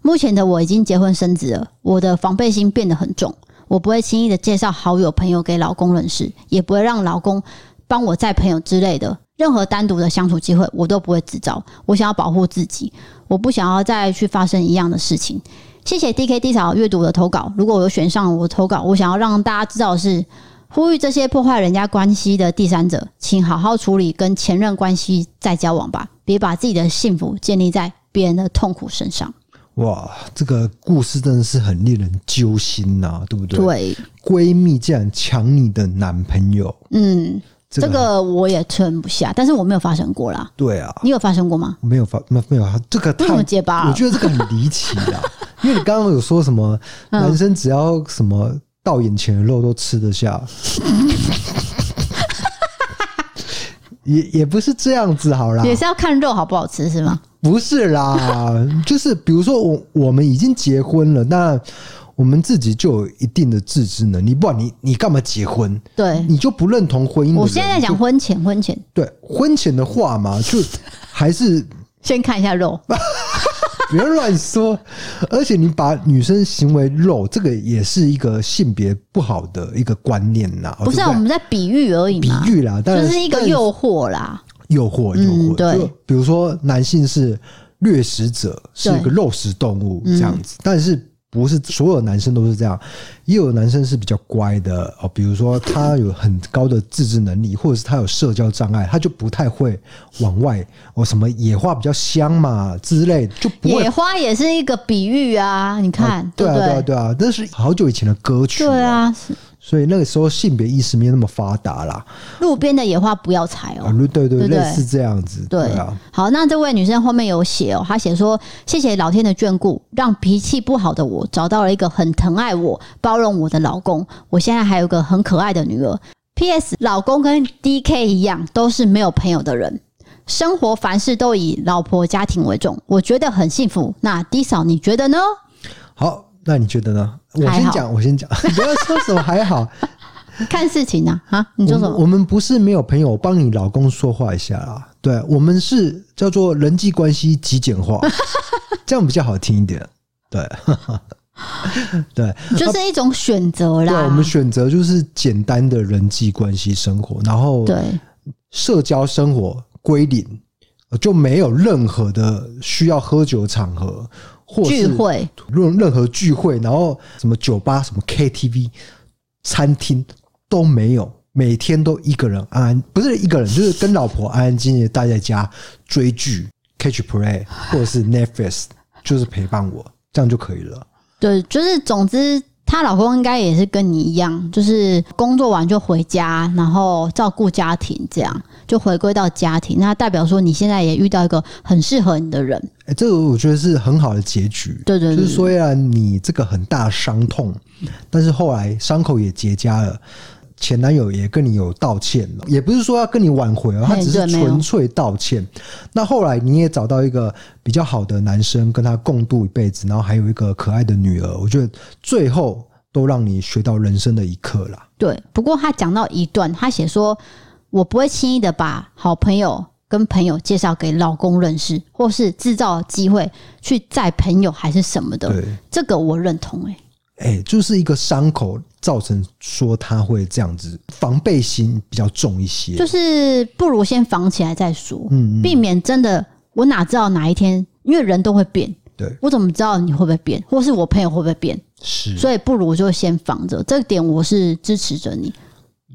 Speaker 1: 目前的我已经结婚生子了，我的防备心变得很重，我不会轻易的介绍好友朋友给老公认识，也不会让老公帮我载朋友之类的。任何单独的相处机会，我都不会制造。我想要保护自己，我不想要再去发生一样的事情。谢谢 D K D 嫂阅读我的投稿，如果我有选上我的投稿，我想要让大家知道的是。呼吁这些破坏人家关系的第三者，请好好处理跟前任关系再交往吧，别把自己的幸福建立在别人的痛苦身上。
Speaker 2: 哇，这个故事真的是很令人揪心呐、对不对？，
Speaker 1: 对，
Speaker 2: 闺蜜竟然抢你的男朋友，
Speaker 1: 嗯，
Speaker 2: 这
Speaker 1: 这
Speaker 2: 个
Speaker 1: 个我也吞不下，但是我没有发生过啦。
Speaker 2: 对啊，
Speaker 1: 你有发生过吗？
Speaker 2: 没有发没有没有啊，这个
Speaker 1: 为什
Speaker 2: 太
Speaker 1: 么结巴
Speaker 2: 我
Speaker 1: 了？
Speaker 2: 觉得这个很离奇 啊，因为你刚刚有说什么
Speaker 1: 嗯
Speaker 2: 男生只要什么到眼前的肉都吃 得下，也也不是这样子好啦，
Speaker 1: 也是要看肉好不好吃是吗？
Speaker 2: 不是啦， 就是比如说我我们已经结婚了，那我们自己就有一定的自制能力，不然你你干嘛结婚？
Speaker 1: 对，
Speaker 2: 你就不认同婚姻的人？
Speaker 1: 我现在在讲婚前，婚前
Speaker 2: 对婚前的话嘛，就还是
Speaker 1: 先看一下肉，
Speaker 2: 啊不要乱说，而且你把女生行为肉，这个也是一个性别不好的一个观念呐，哦
Speaker 1: 不是啊，
Speaker 2: 对
Speaker 1: 我
Speaker 2: 对
Speaker 1: 们在比喻而已嘛
Speaker 2: 比，喻啦，当
Speaker 1: 就
Speaker 2: 然
Speaker 1: 是一个诱惑啦。
Speaker 2: 诱惑，
Speaker 1: 嗯
Speaker 2: 诱惑。
Speaker 1: 对
Speaker 2: 就比如说男性是掠食者，是一个肉食动物这样
Speaker 1: 嗯
Speaker 2: 子，但是不是所有男生都是这样，也有男生是比较乖的哦，比如说他有很高的自制能力，或者是他有社交障碍，他就不太会往外哦，什么野花比较香嘛之类，就不会
Speaker 1: 野。花也是一个比喻啊，你看、
Speaker 2: 对
Speaker 1: 不
Speaker 2: 啊，对啊，
Speaker 1: 对？
Speaker 2: 对啊，那是好久以前的歌曲、
Speaker 1: 对，啊，
Speaker 2: 所以那个时候性别意识没有那么发达啦，
Speaker 1: 路边的野花不要采哦
Speaker 2: 啊，。对对，
Speaker 1: 对不对
Speaker 2: 类似这样子，
Speaker 1: 对
Speaker 2: 啊，
Speaker 1: 好，那这位女生后面有写哦，她写说：“谢谢老天的眷顾，让脾气不好的我找到了一个很疼爱我、包容我的老公。我现在还有一个很可爱的女儿。P.S. 老公跟 D.K. 一样，都是没有朋友的人，生活凡事都以老婆家庭为重，我觉得很幸福。那 D 嫂，你觉得呢？
Speaker 2: 好，那你觉得呢？我
Speaker 1: 还
Speaker 2: 先
Speaker 1: 好
Speaker 2: 讲，我先讲， 不要说什么还好。
Speaker 1: 看事情啊，啊， 你说什
Speaker 2: 我们
Speaker 1: 么？
Speaker 2: 我们不是没有朋友，我帮你老公说话一下啦。对，我们是叫做人际关系极简 化，这样比较好听一点。对，对，
Speaker 1: 就是一种选择
Speaker 2: 对，
Speaker 1: 啦。
Speaker 2: 我们选择就是简单的人际关系生活，然后
Speaker 1: 对
Speaker 2: 社交生活归零，呃就没有任何的需要喝酒的场合或是
Speaker 1: 聚会，
Speaker 2: 任任何聚会，然后什么酒吧、什么 KTV、餐厅都没有，每天都一个人安安，不是一个 人，就是跟老婆安安静静地待在家追剧、Catch Play 或者是 Netflix，就是陪伴我，这样就可以了。
Speaker 1: 对，就是总之，她老公应该也是跟你一样，就是工作完就回家，然后照顾家庭，这样就回归到家庭。那代表说你现在也遇到一个很适合你的人，
Speaker 2: 哎、这个我觉得是很好的结局。
Speaker 1: 对对对嗯
Speaker 2: 就是虽然你这个很大的伤痛，但是后来伤口也结痂了。前男友也跟你有道歉了，也不是说要跟你挽回哦，他
Speaker 1: 嘿
Speaker 2: 只是
Speaker 1: 对没有
Speaker 2: 纯粹道歉。那后来你也找到一个比较好的男生，跟他共度一辈子，然后还有一个可爱的女儿，我觉得最后都让你学到人生的一课啦。
Speaker 1: 对。不过她讲到一段，她写说：“我不会轻易的把好朋友。”跟朋友介绍给老公认识，或是制造机会去载朋友还是什么的，
Speaker 2: 对，
Speaker 1: 这个我认同、欸。
Speaker 2: 哎、就是一个伤口造成说他会这样子，防备心比较重一些。
Speaker 1: 就是不如先防起来再说，
Speaker 2: 嗯嗯
Speaker 1: 避免真的我哪知道哪一天，因为人都会变，
Speaker 2: 对，
Speaker 1: 我怎么知道你会不会变，或是我朋友会不会变？
Speaker 2: 是。
Speaker 1: 所以不如就先防着，这点我是支持着你，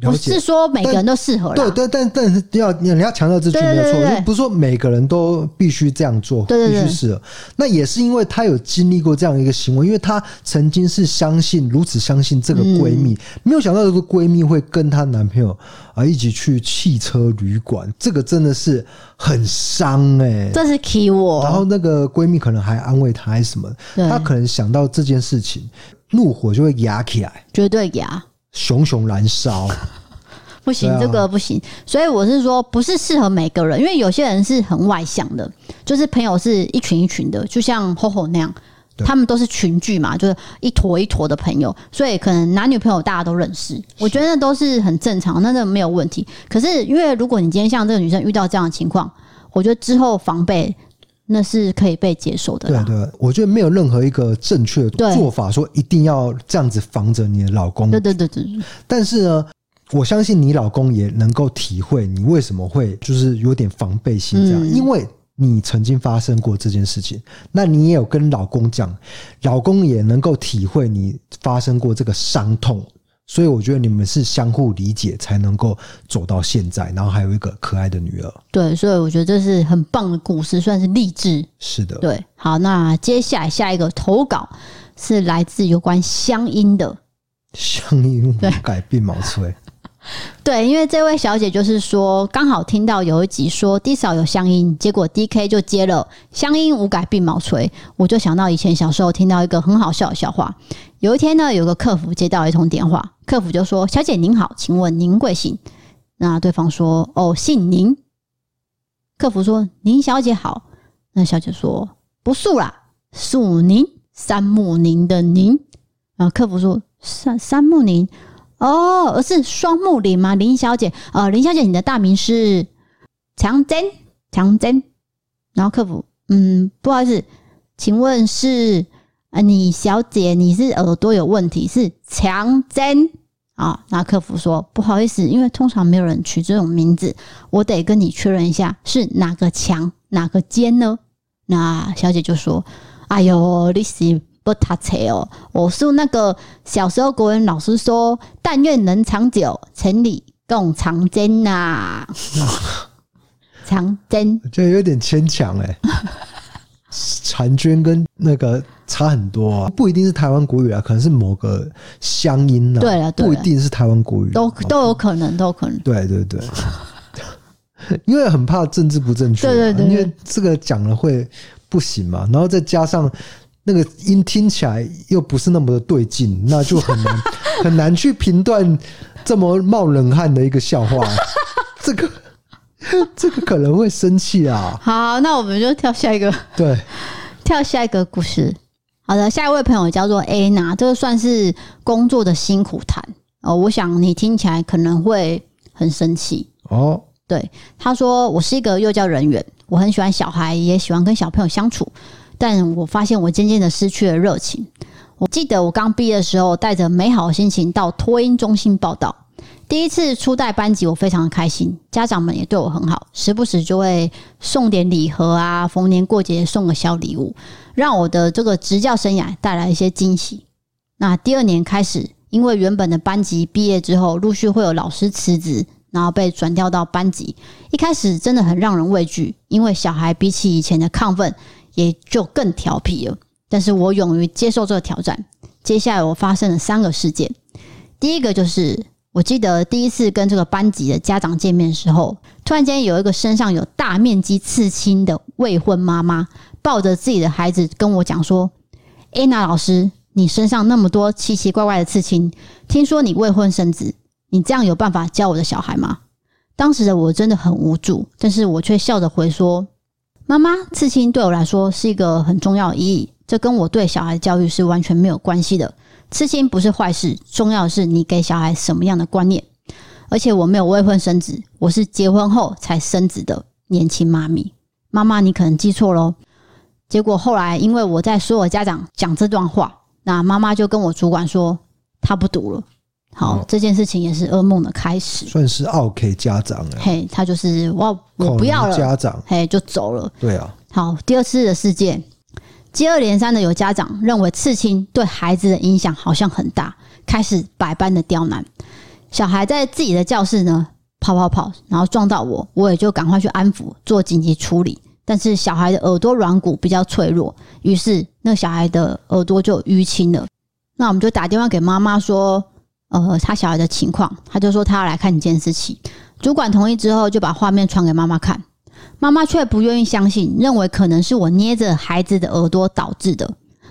Speaker 2: 了
Speaker 1: 不
Speaker 2: 解
Speaker 1: 是说每个人都适合啦，
Speaker 2: 对对，但但是要你要强调这句
Speaker 1: 对
Speaker 2: 没
Speaker 1: 对
Speaker 2: 有
Speaker 1: 对对
Speaker 2: 错，
Speaker 1: 对
Speaker 2: 不是说每个人都必须这样做，
Speaker 1: 对对对
Speaker 2: 必须是。那也是因为她有经历过这样一个行为，因为她曾经是相信如此相信这个
Speaker 1: 嗯
Speaker 2: 闺蜜，没有想到这个闺蜜会跟她男朋友啊一起去汽车旅馆，这个真的是很伤哎、
Speaker 1: 这是 key
Speaker 2: 然后
Speaker 1: 我，
Speaker 2: 那个闺蜜可能还安慰她还是什么，
Speaker 1: 对
Speaker 2: 她可能想到这件事情，怒火就会压起来，
Speaker 1: 绝对呀，
Speaker 2: 熊熊燃烧。
Speaker 1: 不行，
Speaker 2: 对啊
Speaker 1: 这个不行。所以我是说，不是适合每个人，因为有些人是很外向的，就是朋友是一群一群的，就像 HoHo 那样，
Speaker 2: 对
Speaker 1: 他们都是群聚嘛，就是一坨一坨的朋友，所以可能男女朋友大家都认识，我觉得那都是很正常，那那没有问题。可是因为如果你今天像这个女生遇到这样的情况，我觉得之后防备那是可以被接受的
Speaker 2: 对
Speaker 1: 啦。
Speaker 2: 对，我觉得没有任何一个正确的
Speaker 1: 啊对
Speaker 2: 做法，说一定要这样子防着你的老公
Speaker 1: 对。对对对，
Speaker 2: 但是呢，我相信你老公也能够体会你为什么会就是有点防备心这样，
Speaker 1: 嗯
Speaker 2: 因为你曾经发生过这件事情，那你也有跟老公讲，老公也能够体会你发生过这个伤痛，所以我觉得你们是相互理解，才能够走到现在，然后还有一个可爱的女儿。
Speaker 1: 对，所以我觉得这是很棒的故事，算是励志。
Speaker 2: 是的，
Speaker 1: 对，好，那接下来下一个投稿是来自有关乡音的。
Speaker 2: 乡音无改鬓毛欸衰。
Speaker 1: 对，因为这位小姐就是说，刚好听到有一集说低嫂有乡音，结果 D K 就接了“乡音无改鬓毛衰”，我就想到以前小时候听到一个很好笑的笑话。有一天呢，有个客服接到一通电话，客服就说：“小姐您好，请问您贵姓？”那对方说：“哦，姓宁。”客服说：“宁小姐好。”那小姐说：“不素啦，素宁，三木宁的宁。”啊，客服说：“三三木宁。”哦，是双木林吗？林小姐，呃，林小姐，你的大名是强真，强真。然后客服，嗯，不好意思，请问是呃，你小姐，你是耳朵有问题，是强真啊？那客服说，不好意思，因为通常没有人取这种名字，我得跟你确认一下是哪个强哪个尖呢？那小姐就说，哎呦，你是不读册哦，我是那个小时候国文老师说，但愿人长久，千里共长征呐、长征
Speaker 2: 我觉得有点牵强 哎。婵娟跟那个差很多啊，不一定是台湾国语啊，可能是某个乡音啊，
Speaker 1: 对了对
Speaker 2: 不
Speaker 1: 了
Speaker 2: 一定是台湾国语，啊
Speaker 1: 都都有可能，都有可能。
Speaker 2: 对对 对，因为很怕政治不正确啊、
Speaker 1: 对对对对
Speaker 2: 因为这个讲了会不行嘛，然后再加上那个音听起来又不是那么的对劲，那就很 难很难去评断这么冒冷汗的一个笑话，这个 这个可能会生气啊，
Speaker 1: 好，那我们就跳下一个，
Speaker 2: 对，
Speaker 1: 跳下一个故事。好的，下一位朋友叫做 Anna，这个算是工作的辛苦谈哦。我想你听起来可能会很生气，
Speaker 2: 哦，
Speaker 1: 对，他说我是一个幼教人员，我很喜欢小孩，也喜欢跟小朋友相处，但我发现我渐渐的失去了热情。我记得我刚毕业的时候，带着美好的心情到托婴中心报道。第一次初带班级，我非常的开心，家长们也对我很好，时不时就会送点礼盒啊，逢年过节送个小礼物，让我的这个执教生涯带来一些惊喜。那第二年开始，因为原本的班级毕业之后，陆续会有老师辞职，然后被转调到班级。一开始真的很让人畏惧，因为小孩比起以前的亢奋，也就更调皮了。但是我勇于接受这个挑战。接下来我发生了三个事件，第一个就是我记得第一次跟这个班级的家长见面的时候，突然间有一个身上有大面积刺青的未婚妈妈，抱着自己的孩子跟我讲说：“安娜老师，你身上那么多奇奇怪怪的刺青，听说你未婚生子，你这样有办法教我的小孩吗？”当时的我真的很无助，但是我却笑着回说：“妈妈，刺青对我来说是一个很重要的意义，这跟我对小孩的教育是完全没有关系的。刺青不是坏事，重要的是你给小孩什么样的观念。而且我没有未婚生子，我是结婚后才生子的年轻妈咪。妈妈，你可能记错喽。”结果后来，因为我在所有家长讲这段话，那妈妈就跟我主管说，她不读了。好，
Speaker 2: 哦
Speaker 1: 这件事情也是噩梦的开始。
Speaker 2: 算是 OK 家长哎、
Speaker 1: 嘿，他就是我我不要
Speaker 2: 恐龙
Speaker 1: 了，
Speaker 2: 家长，
Speaker 1: 嘿，就走了。
Speaker 2: 对啊，
Speaker 1: 好，第二次的事件，接二连三的有家长认为刺青对孩子的影响好像很大，开始百般的刁难。小孩在自己的教室呢跑跑跑，然后撞到我，我也就赶快去安抚，做紧急处理。但是小孩的耳朵软骨比较脆弱，于是那小孩的耳朵就有淤青了。那我们就打电话给妈妈说，呃，他小孩的情况，他就说他要来看监视器。主管同意之后，就把画面传给妈妈看。妈妈却不愿意相信，认为可能是我捏着孩子的耳朵导致的。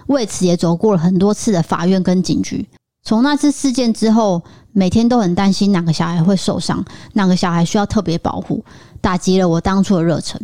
Speaker 1: 为此也走过了很多次的法院跟警局。从那次事件之后，每天都很担心哪个小孩会受伤，哪个小孩需要特别保护，打击了我当初的热忱。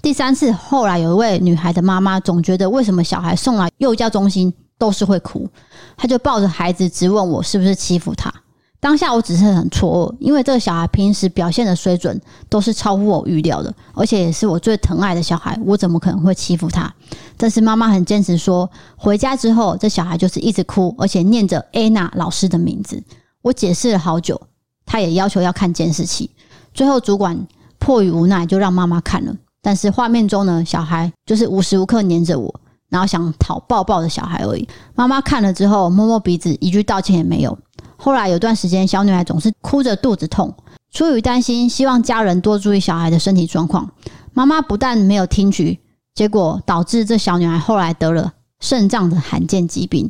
Speaker 1: 第三次，后来有一位女孩的妈妈总觉得为什么小孩送来幼教中心都是会哭，她就抱着孩子质问我是不是欺负她。当下我只是很错愕，因为这个小孩平时表现的水准都是超乎我预料的，而且也是我最疼爱的小孩，我怎么可能会欺负他？但是妈妈很坚持说，回家之后这小孩就是一直哭，而且念着 Anna 老师的名字。我解释了好久，他也要求要看监视器。最后主管迫于无奈，就让妈妈看了。但是画面中呢，小孩就是无时无刻黏着我，然后想讨抱抱的小孩而已。妈妈看了之后摸摸鼻子，一句道歉也没有。后来有段时间，小女孩总是哭着肚子痛，出于担心，希望家人多注意小孩的身体状况。妈妈不但没有听取，结果导致这小女孩后来得了肾脏的罕见疾病，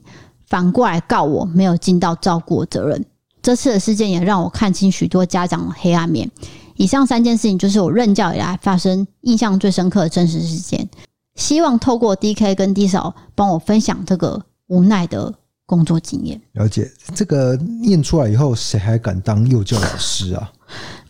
Speaker 1: 反过来告我没有尽到照顾的责任。这次的事件也让我看清许多家长的黑暗面。以上三件事情就是我任教以来发生印象最深刻的真实事件。希望透过 D K 跟 D 嫂帮我分享这个无奈的工作经验。
Speaker 2: 了解这个念出来以后，谁还敢当幼教老师啊？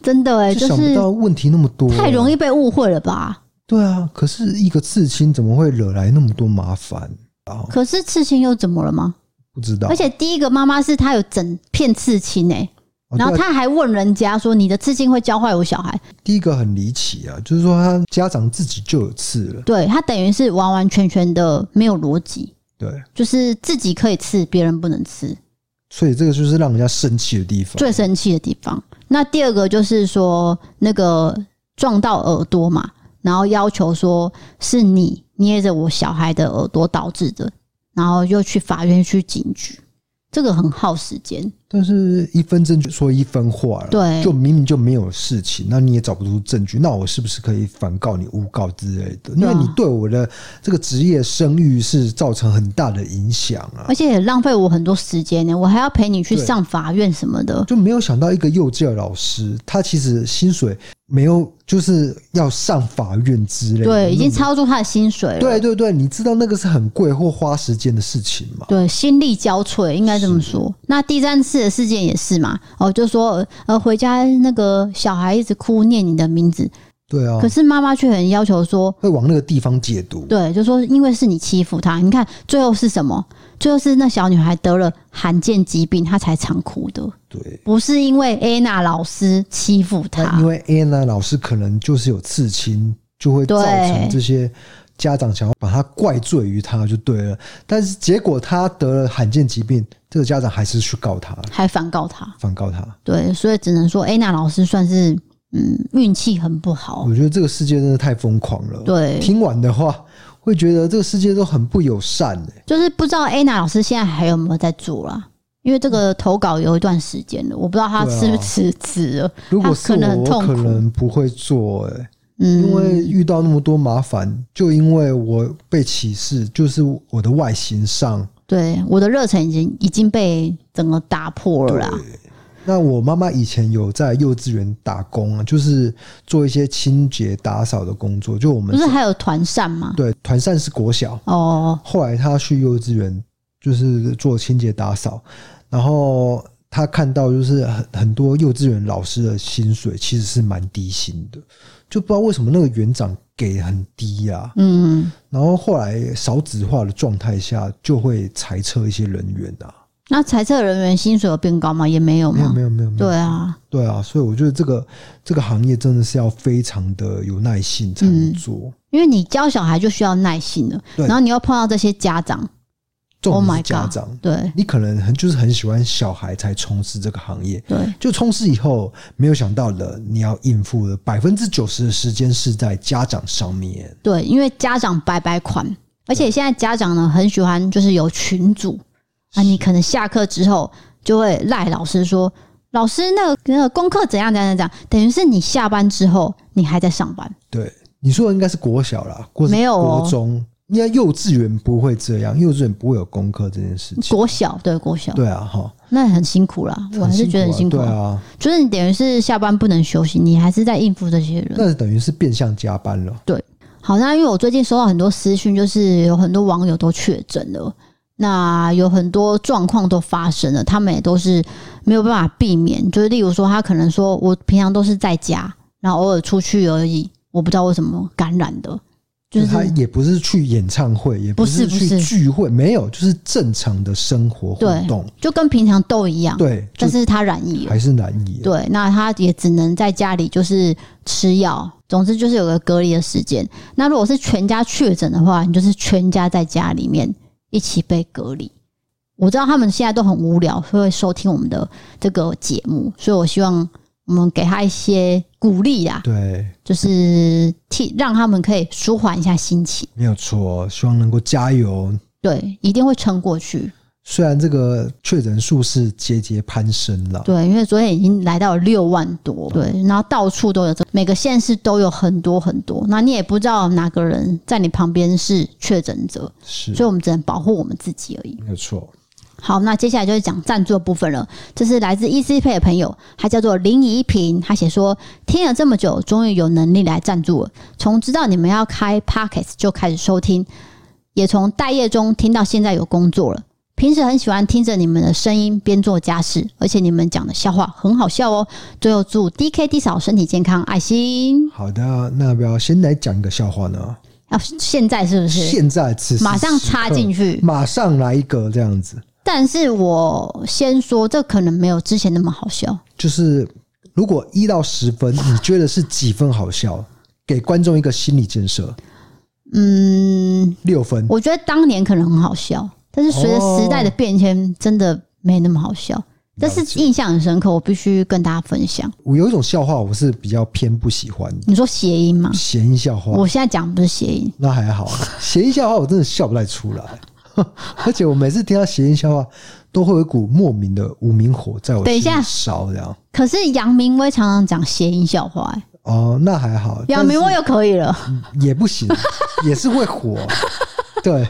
Speaker 1: 真的哎、
Speaker 2: 就
Speaker 1: 就
Speaker 2: 想不
Speaker 1: 是
Speaker 2: 到问题那么多，
Speaker 1: 太容易
Speaker 2: 易。
Speaker 1: 被误会了吧？
Speaker 2: 对啊，可是一个刺青怎么会惹来那么多麻烦啊？
Speaker 1: 可是刺青又怎么了吗？
Speaker 2: 不知道，
Speaker 1: 而且第一个妈妈是她有整片刺青哎、
Speaker 2: 哦
Speaker 1: 然后
Speaker 2: 对啊
Speaker 1: 她还问人家说：“你的刺青会教坏我小孩
Speaker 2: 第一个很离奇啊，就是说他家长自己就有刺了？”，
Speaker 1: 对，她等于是完完全全的没有逻辑，
Speaker 2: 对，
Speaker 1: 就是自己可以刺，别人不能刺。
Speaker 2: 哦所以这个就是让人家生气的地方。
Speaker 1: 最生气的地方。那第二个就是说，那个撞到耳朵嘛，然后要求说是你捏着我小孩的耳朵导致的，然后又去法院去警局，这个很耗时间。
Speaker 2: 但是一分证据说一分话了，
Speaker 1: 对
Speaker 2: 就明明就没有事情，那你也找不出证据，那我是不是可以反告你诬告之类的？因
Speaker 1: 对啊
Speaker 2: 为你对我的这个职业声誉是造成很大的影响啊
Speaker 1: 而。且也浪费我很多时间呢，我还要陪你去
Speaker 2: 对
Speaker 1: 上法院什么的。
Speaker 2: 就没有想到一个幼教老师，他其实薪水没有，就是要上法院之类的。
Speaker 1: 对，已经
Speaker 2: 那种
Speaker 1: 超出他的薪水了。
Speaker 2: 嗯对对对，你知道那个是很贵或花时间的事情嘛？
Speaker 1: 对，心力交瘁，应该这么说。那第三次的事件也是嘛，哦，就说呃，回家那个小孩一直哭念你的名字，
Speaker 2: 对啊
Speaker 1: 可，是妈妈却很要求说，
Speaker 2: 会往那个地方解读。
Speaker 1: 对，就说因为是你欺负她，你看最后是什么？最后是那小女孩得了罕见疾病，她才常哭的，
Speaker 2: 对，
Speaker 1: 不是因为 Anna 老师欺负
Speaker 2: 那因
Speaker 1: 她。
Speaker 2: 为 Anna 老师可能就是有刺青，就会造成
Speaker 1: 对
Speaker 2: 这些家长想要把他怪罪于他就对了。但是结果他得了罕见疾病，这个家长还是去告他，
Speaker 1: 还反告她。
Speaker 2: 反告他。
Speaker 1: 对，所以只能说 Anna 老师算是嗯运气很不好。
Speaker 2: 我觉得这个世界真的太疯狂了。
Speaker 1: 对
Speaker 2: 听完的话，会觉得这个世界都很不友善、欸。
Speaker 1: 就是不知道 Anna 老师现在还有没有在做啦。因为这个投稿有一段时间了，我不知道她
Speaker 2: 对啊
Speaker 1: 是不是辞职了。
Speaker 2: 如果
Speaker 1: 他
Speaker 2: 是
Speaker 1: 可能很
Speaker 2: 我，我
Speaker 1: 痛苦
Speaker 2: 可能不会做、欸，因为
Speaker 1: 嗯，
Speaker 2: 遇到那么多麻烦，就因为我被歧视，就是我的外形上。
Speaker 1: 对，我的热忱已经已经被整个打破了啦。
Speaker 2: 那我妈妈以前有在幼稚园打工啊，就是做一些清洁打扫的工作。就我们
Speaker 1: 不是还有团扇吗？
Speaker 2: 对团扇是国小，
Speaker 1: 哦，
Speaker 2: 后来他去幼稚园就是做清洁打扫，然后他看到就是很很多幼稚园老师的薪水其实是蛮低薪的，就不知道为什么那个园长给很低啊。
Speaker 1: 嗯，
Speaker 2: 然后后来少子化的状态下，就会裁撤一些人员啊。
Speaker 1: 那裁撤人员薪水有变高吗？也没有
Speaker 2: 没有
Speaker 1: 吗？
Speaker 2: 没有没有没有，
Speaker 1: 对啊，
Speaker 2: 对啊，所以我觉得这个这个行业真的是要非常的有耐心才
Speaker 1: 嗯
Speaker 2: 能做。
Speaker 1: 因为你教小孩就需要耐心了，
Speaker 2: 对
Speaker 1: 然后你又碰到这些家长，
Speaker 2: 重
Speaker 1: Oh
Speaker 2: 点
Speaker 1: my
Speaker 2: 是
Speaker 1: god
Speaker 2: 家长，
Speaker 1: 对
Speaker 2: 你可能很就是很喜欢小孩才从事这个行业，
Speaker 1: 对
Speaker 2: 就冲刺以后，没有想到的，你要应付的百分之九十的时间是在家长上面。
Speaker 1: 对，因为家长白白款，而且现在家长呢很喜欢就是有群组啊，你可能下课之后就会赖老师说。老师，那个那个功课怎样怎样怎样，等于是你下班之后，你还在上班，
Speaker 2: 对，你说的应该是国小啦，或是
Speaker 1: 没有哦
Speaker 2: 国中，应该幼稚园不会这样，幼稚园不会有功课这件事情。
Speaker 1: 国小对国小，
Speaker 2: 对啊，哈，
Speaker 1: 那很辛苦啦，我还是觉得很辛苦
Speaker 2: 啊
Speaker 1: 啊
Speaker 2: 对啊，
Speaker 1: 就是你等于是下班不能休息，你还是在应付这些人。
Speaker 2: 啊那等于是变相加班了。
Speaker 1: 好，那因为我最近收到很多私讯，就是有很多网友都确诊了，那有很多状况都发生了，他们也都是没有办法避免。就是例如说，他可能说我平常都是在家，然后偶尔出去而已，我不知道为什么感染的，就
Speaker 2: 他
Speaker 1: 是
Speaker 2: 也不是去演唱会，也
Speaker 1: 不是
Speaker 2: 是
Speaker 1: 不
Speaker 2: 去
Speaker 1: 是
Speaker 2: 聚会，没有，就是正常的生活活
Speaker 1: 对
Speaker 2: 动。
Speaker 1: 就跟平常都一样，
Speaker 2: 对，就
Speaker 1: 但是他染疫了。
Speaker 2: 还是难以。
Speaker 1: 对，那他也只能在家里就是吃药，总之就是有个隔离的时间。那如果是全家确诊的话，你就是全家在家里面一起被隔离。我知道他们现在都很无聊，会收听我们的这个节目，所以我希望我们给他一些鼓励啊，
Speaker 2: 对，
Speaker 1: 就是替让他们可以舒缓一下心情。
Speaker 2: 没有错，希望能够加油。
Speaker 1: 对，一定会撑过去。
Speaker 2: 虽然这个确诊数是节节攀升了，
Speaker 1: 对，因为昨天已经来到了六万多，对，然后到处都有这，每个县市都有很多很多，那你也不知道哪个人在你旁边是确诊者，
Speaker 2: 是
Speaker 1: 所以我们只能保护我们自己而已。
Speaker 2: 没有错。
Speaker 1: 好，那接下来就是讲赞助的部分了。这是来自 EC Pay 的朋友，他叫做林怡平，他写说：听了这么久，终于有能力来赞助了。从知道你们要开 Pockets 就开始收听，也从待业中听到现在有工作了。平时很喜欢听着你们的声音边做家事，而且你们讲的笑话很好笑哦。最后祝 D K D 嫂身体健康，爱心。
Speaker 2: 好的，那要不要先来讲一个笑话呢？
Speaker 1: 要、现在是不是？
Speaker 2: 现在此时
Speaker 1: 马上
Speaker 2: 此刻
Speaker 1: 插进去
Speaker 2: 马上来一个这样子，
Speaker 1: 但是我先说，这可能没有之前那么好笑。
Speaker 2: 就是如果一到十分，你觉得是几分好笑？给观众一个心理建设，
Speaker 1: 嗯，
Speaker 2: 六分。
Speaker 1: 我觉得当年可能很好笑，但是随着时代的变迁，真的没那么好笑。但是印象很深刻，我必须跟大家分享。
Speaker 2: 我有一种笑话，我是比较偏不喜欢的，
Speaker 1: 你说谐音吗？
Speaker 2: 谐音笑话。
Speaker 1: 我现在讲的不是谐音，
Speaker 2: 那还好，谐音笑话我真的笑不太出来， 而且我每次听到谐音笑话，都会有一股莫名的无名火在我
Speaker 1: 等一
Speaker 2: 心里
Speaker 1: 下
Speaker 2: 烧这样。
Speaker 1: 可是杨明威常常讲谐音笑话、欸，
Speaker 2: 哦，那还好，
Speaker 1: 杨明威又可以了。
Speaker 2: 但是也不 行，也是会火。对，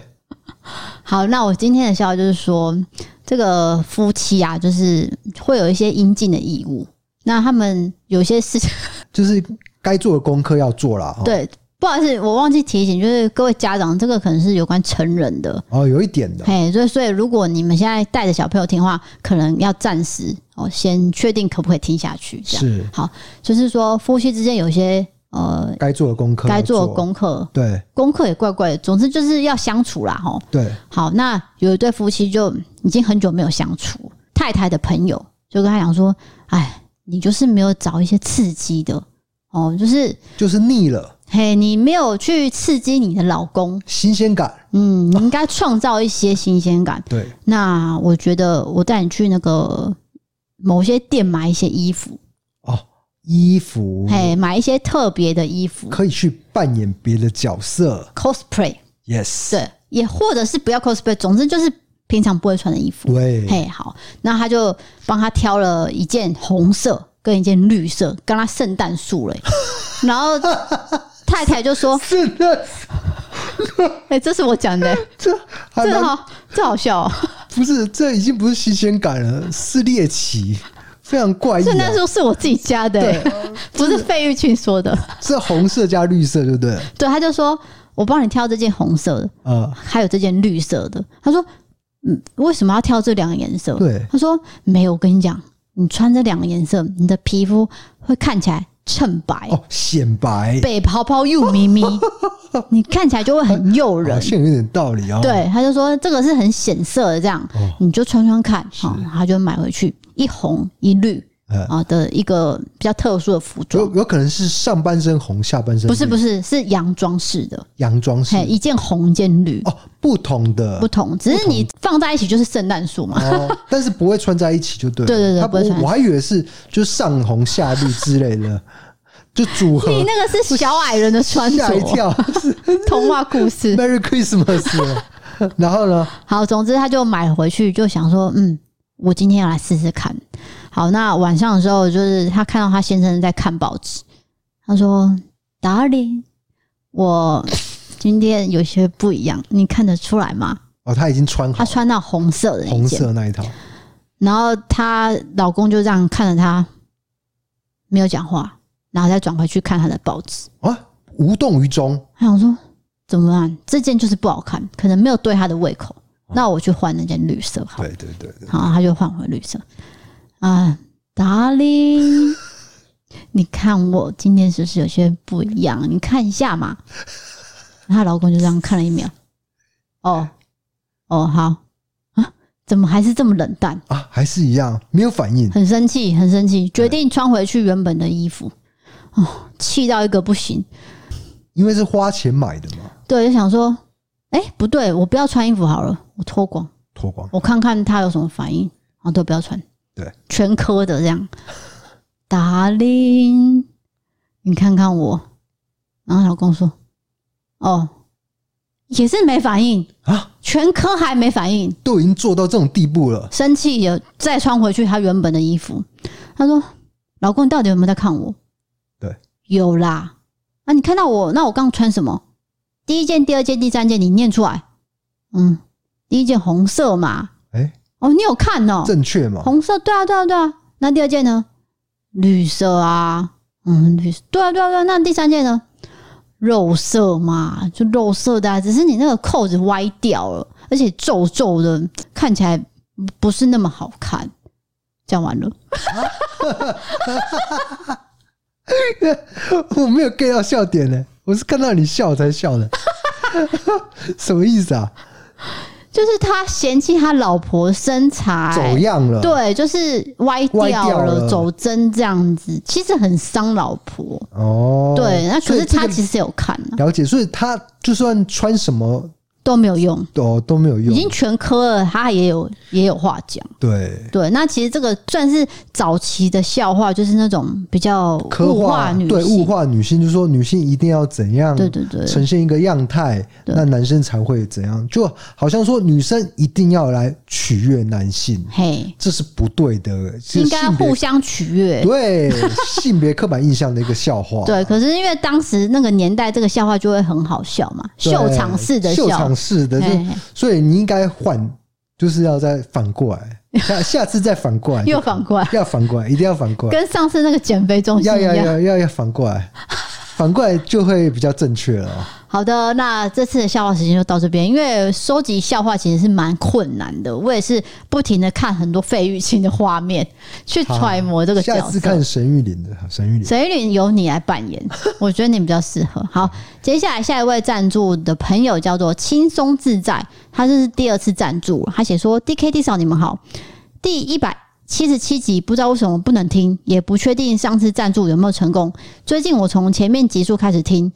Speaker 1: 好，那我今天的笑话就是说，这个夫妻啊，就是会有一些应尽的义务。那他们有些事情，
Speaker 2: 就是该做的功课要做啦。哦
Speaker 1: 对，不好意思，我忘记提醒，就是各位家长，这个可能是有关成人的，
Speaker 2: 哦，有一点的，
Speaker 1: 嘿，所以所以如果你们现在带着小朋友听话，可能要暂时哦，先确定可不可以听下去。这样
Speaker 2: 是
Speaker 1: 好，就是说夫妻之间有一些呃
Speaker 2: 该做的功课，
Speaker 1: 该做的。功课，
Speaker 2: 对
Speaker 1: 功课也怪怪的，总之就是要相处啦。吼，
Speaker 2: 对，
Speaker 1: 好，那有一对夫妻就已经很久没有相处，太太的朋友就跟他讲说：“哎，你就是没有找一些刺激的哦，就是
Speaker 2: 就是腻了，
Speaker 1: 嘿，你没有去刺激你的老公，
Speaker 2: 新鲜感。
Speaker 1: 嗯，你应该创造一些新鲜感。”
Speaker 2: 对，
Speaker 1: 那我觉得我带你去那个某些店买一些衣服，
Speaker 2: 哦，衣服
Speaker 1: 哎、买一些特别的衣服
Speaker 2: 可以去扮演别的角色。
Speaker 1: ，cosplay，
Speaker 2: Yes，
Speaker 1: 对，也或者是不要 cosplay，总之就是平常不会穿的衣服。
Speaker 2: 对，
Speaker 1: 嘿，好，那他就帮他挑了一件红色跟一件绿色，跟他圣诞树 嘞。然后太太就说
Speaker 2: 是的，：“
Speaker 1: 哎、这是我讲的、
Speaker 2: 这还
Speaker 1: 这
Speaker 2: 蛮
Speaker 1: 好，这好笑、 哦，
Speaker 2: 不是，这已经不是新鲜感了，是猎奇，非常怪异、
Speaker 1: 圣诞
Speaker 2: 啊。
Speaker 1: 树是我自己加的、
Speaker 2: 对
Speaker 1: 不是费玉清说的。”
Speaker 2: 这红色加绿色，对不对？
Speaker 1: 对，他就说：“我帮你挑这件红色的，
Speaker 2: 呃，
Speaker 1: 还有这件绿色的。”他说：“嗯，为什么要挑这两个颜色？”
Speaker 2: 对
Speaker 1: 他说：“没有，我跟你讲，你穿这两个颜色，你的皮肤会看起来衬白，
Speaker 2: 哦，显白，
Speaker 1: 北泡泡又咪 咪，你看起来就会很诱人
Speaker 2: 好。像有点道理哦。，
Speaker 1: 对，他就说这个是很显色的，这样、
Speaker 2: 哦
Speaker 1: 你就穿穿看，好、然后他就买回去一红一绿
Speaker 2: 嗯
Speaker 1: 啊、的一个比较特殊的服装
Speaker 2: 有，有可能是上半身红，下半身
Speaker 1: 不是不
Speaker 2: 是
Speaker 1: 是是洋装式的，
Speaker 2: 洋装式
Speaker 1: 嘿，一件红一件绿，
Speaker 2: 哦，不同的
Speaker 1: 不同，只是你放在一起就是圣诞树嘛。
Speaker 2: 哦，但是不会穿在一起就对 了。
Speaker 1: 对对对
Speaker 2: 它
Speaker 1: 不会穿在一起
Speaker 2: 我还以为是就上红下绿之类的，就组合
Speaker 1: 你。那个是小矮人的穿着
Speaker 2: 吓，一 跳，是
Speaker 1: 童话故事。
Speaker 2: Merry Christmas 了。然后呢？
Speaker 1: 好，总之他就买回去，就想说，嗯，我今天要来试试看。好，那晚上的时候，就是他看到他先生在看报纸，他说：“Darling，我今天有些不一样，你看得出来吗
Speaker 2: 哦，他已经穿？”好
Speaker 1: 他穿到红色的那一
Speaker 2: 红
Speaker 1: 件，
Speaker 2: 色那一套，
Speaker 1: 然后她老公就这样看着她，没有讲话，然后再转回去看他的报纸。
Speaker 2: 啊，无动于衷。
Speaker 1: 他想说怎么办？这件就是不好看，可能没有对他的胃口。那我去换那件绿色好了，
Speaker 2: 对对对对，
Speaker 1: 好，他就换回绿色。啊，darling，你看我今天是不是有些不一样？啊你看一下嘛。然后她老公就这样看了一秒，哦，哦，好啊，怎么还是这么冷淡？
Speaker 2: 啊，还是一样没有反应，
Speaker 1: 很生气，很生气，决定穿回去原本的衣服。哦，气到一个不行，
Speaker 2: 因为是花钱买的嘛，
Speaker 1: 对，就想说，哎、不对，我不要穿衣服好了，我脱光，
Speaker 2: 脱光。
Speaker 1: 哦我看看他有什么反应。啊，对，不要穿，
Speaker 2: 对，
Speaker 1: 全科的这样。 darling，你看看我。”然后老公说：“哦，也是没反应，
Speaker 2: 啊，
Speaker 1: 全科还没反应。”
Speaker 2: 都已经做到这种地步了，
Speaker 1: 生气也再穿回去她原本的衣服。她说：“老公，你到底有没有在看我？”
Speaker 2: 对，
Speaker 1: 有啦。啊，你看到我？那我刚穿什么？第一件、第二件、第三件，你念出来。嗯，第一件红色嘛。
Speaker 2: 哎、
Speaker 1: 哦，你有看哦？
Speaker 2: 正确嘛？
Speaker 1: 红色，对啊，对啊，对啊。那第二件呢？绿色啊，嗯，绿色，对啊，对啊，对啊。那第三件呢？肉色嘛，就肉色的、啊，只是你那个扣子歪掉了，而且皱皱的，看起来不是那么好看。讲完了，
Speaker 2: 我没有 get 到笑点呢、我是看到你笑才笑 的，什么意思啊？
Speaker 1: 就是他嫌弃他老婆身材
Speaker 2: 走样了，
Speaker 1: 哎对，就是歪掉
Speaker 2: 歪
Speaker 1: 了，
Speaker 2: 掉了
Speaker 1: 走针这样子，其实很伤老婆。
Speaker 2: 哦，
Speaker 1: 对，那可
Speaker 2: 所以
Speaker 1: 是
Speaker 2: 这
Speaker 1: 他
Speaker 2: 个
Speaker 1: 其实有看、啊，
Speaker 2: 了解，所以他就算穿什么
Speaker 1: 都没有用，
Speaker 2: 哦都没有
Speaker 1: 已
Speaker 2: 用，
Speaker 1: 经全科了，他也有也有话讲。
Speaker 2: 对，
Speaker 1: 对，那其实这个算是早期的笑话，就是那种比较
Speaker 2: 刻
Speaker 1: 物化
Speaker 2: 画
Speaker 1: 女性，
Speaker 2: 对物化女性，就说女性一定要怎样，
Speaker 1: 对对对
Speaker 2: 呈现一个样态，
Speaker 1: 对
Speaker 2: 那男生才会怎样，就好像说女生一定要来取悦男性，
Speaker 1: 嘿，
Speaker 2: 这是不对的，这
Speaker 1: 应
Speaker 2: 是
Speaker 1: 该
Speaker 2: 性别
Speaker 1: 互相取悦。
Speaker 2: 对啊性别刻板印象的一个笑 话，
Speaker 1: 对，可是因为当时那个年代，这个笑话就会很好笑嘛，
Speaker 2: 对，
Speaker 1: 秀场式的
Speaker 2: 秀
Speaker 1: 笑
Speaker 2: 场，式的，就
Speaker 1: 嘿嘿
Speaker 2: 所以你应该换，就是要再反过 来，下下次再反过来，
Speaker 1: 又反过来，
Speaker 2: 要反过来，一定要反过来，
Speaker 1: 跟上次那个减肥中心
Speaker 2: 要
Speaker 1: 一
Speaker 2: 要
Speaker 1: 样。
Speaker 2: 要要要反过来，反过来就会比较正确了哦。
Speaker 1: 好的，那这次的笑话时间就到这边，因为收集笑话其实是蛮困难的，我也是不停的看很多费玉清的画面，去
Speaker 2: 好
Speaker 1: 揣摩这个角
Speaker 2: 下
Speaker 1: 色。
Speaker 2: 次看沈玉琳的沈玉琳，
Speaker 1: 沈玉琳由你来扮演，我觉得你比较适合。好，接下来下一位赞助的朋友叫做轻松自在，他这是第二次赞助了，他写说：“D K D 嫂，你们好，第一百七十七集不知道为什么不能听，也不确定上次赞助有没有成功。最近我从前面集数开始听。”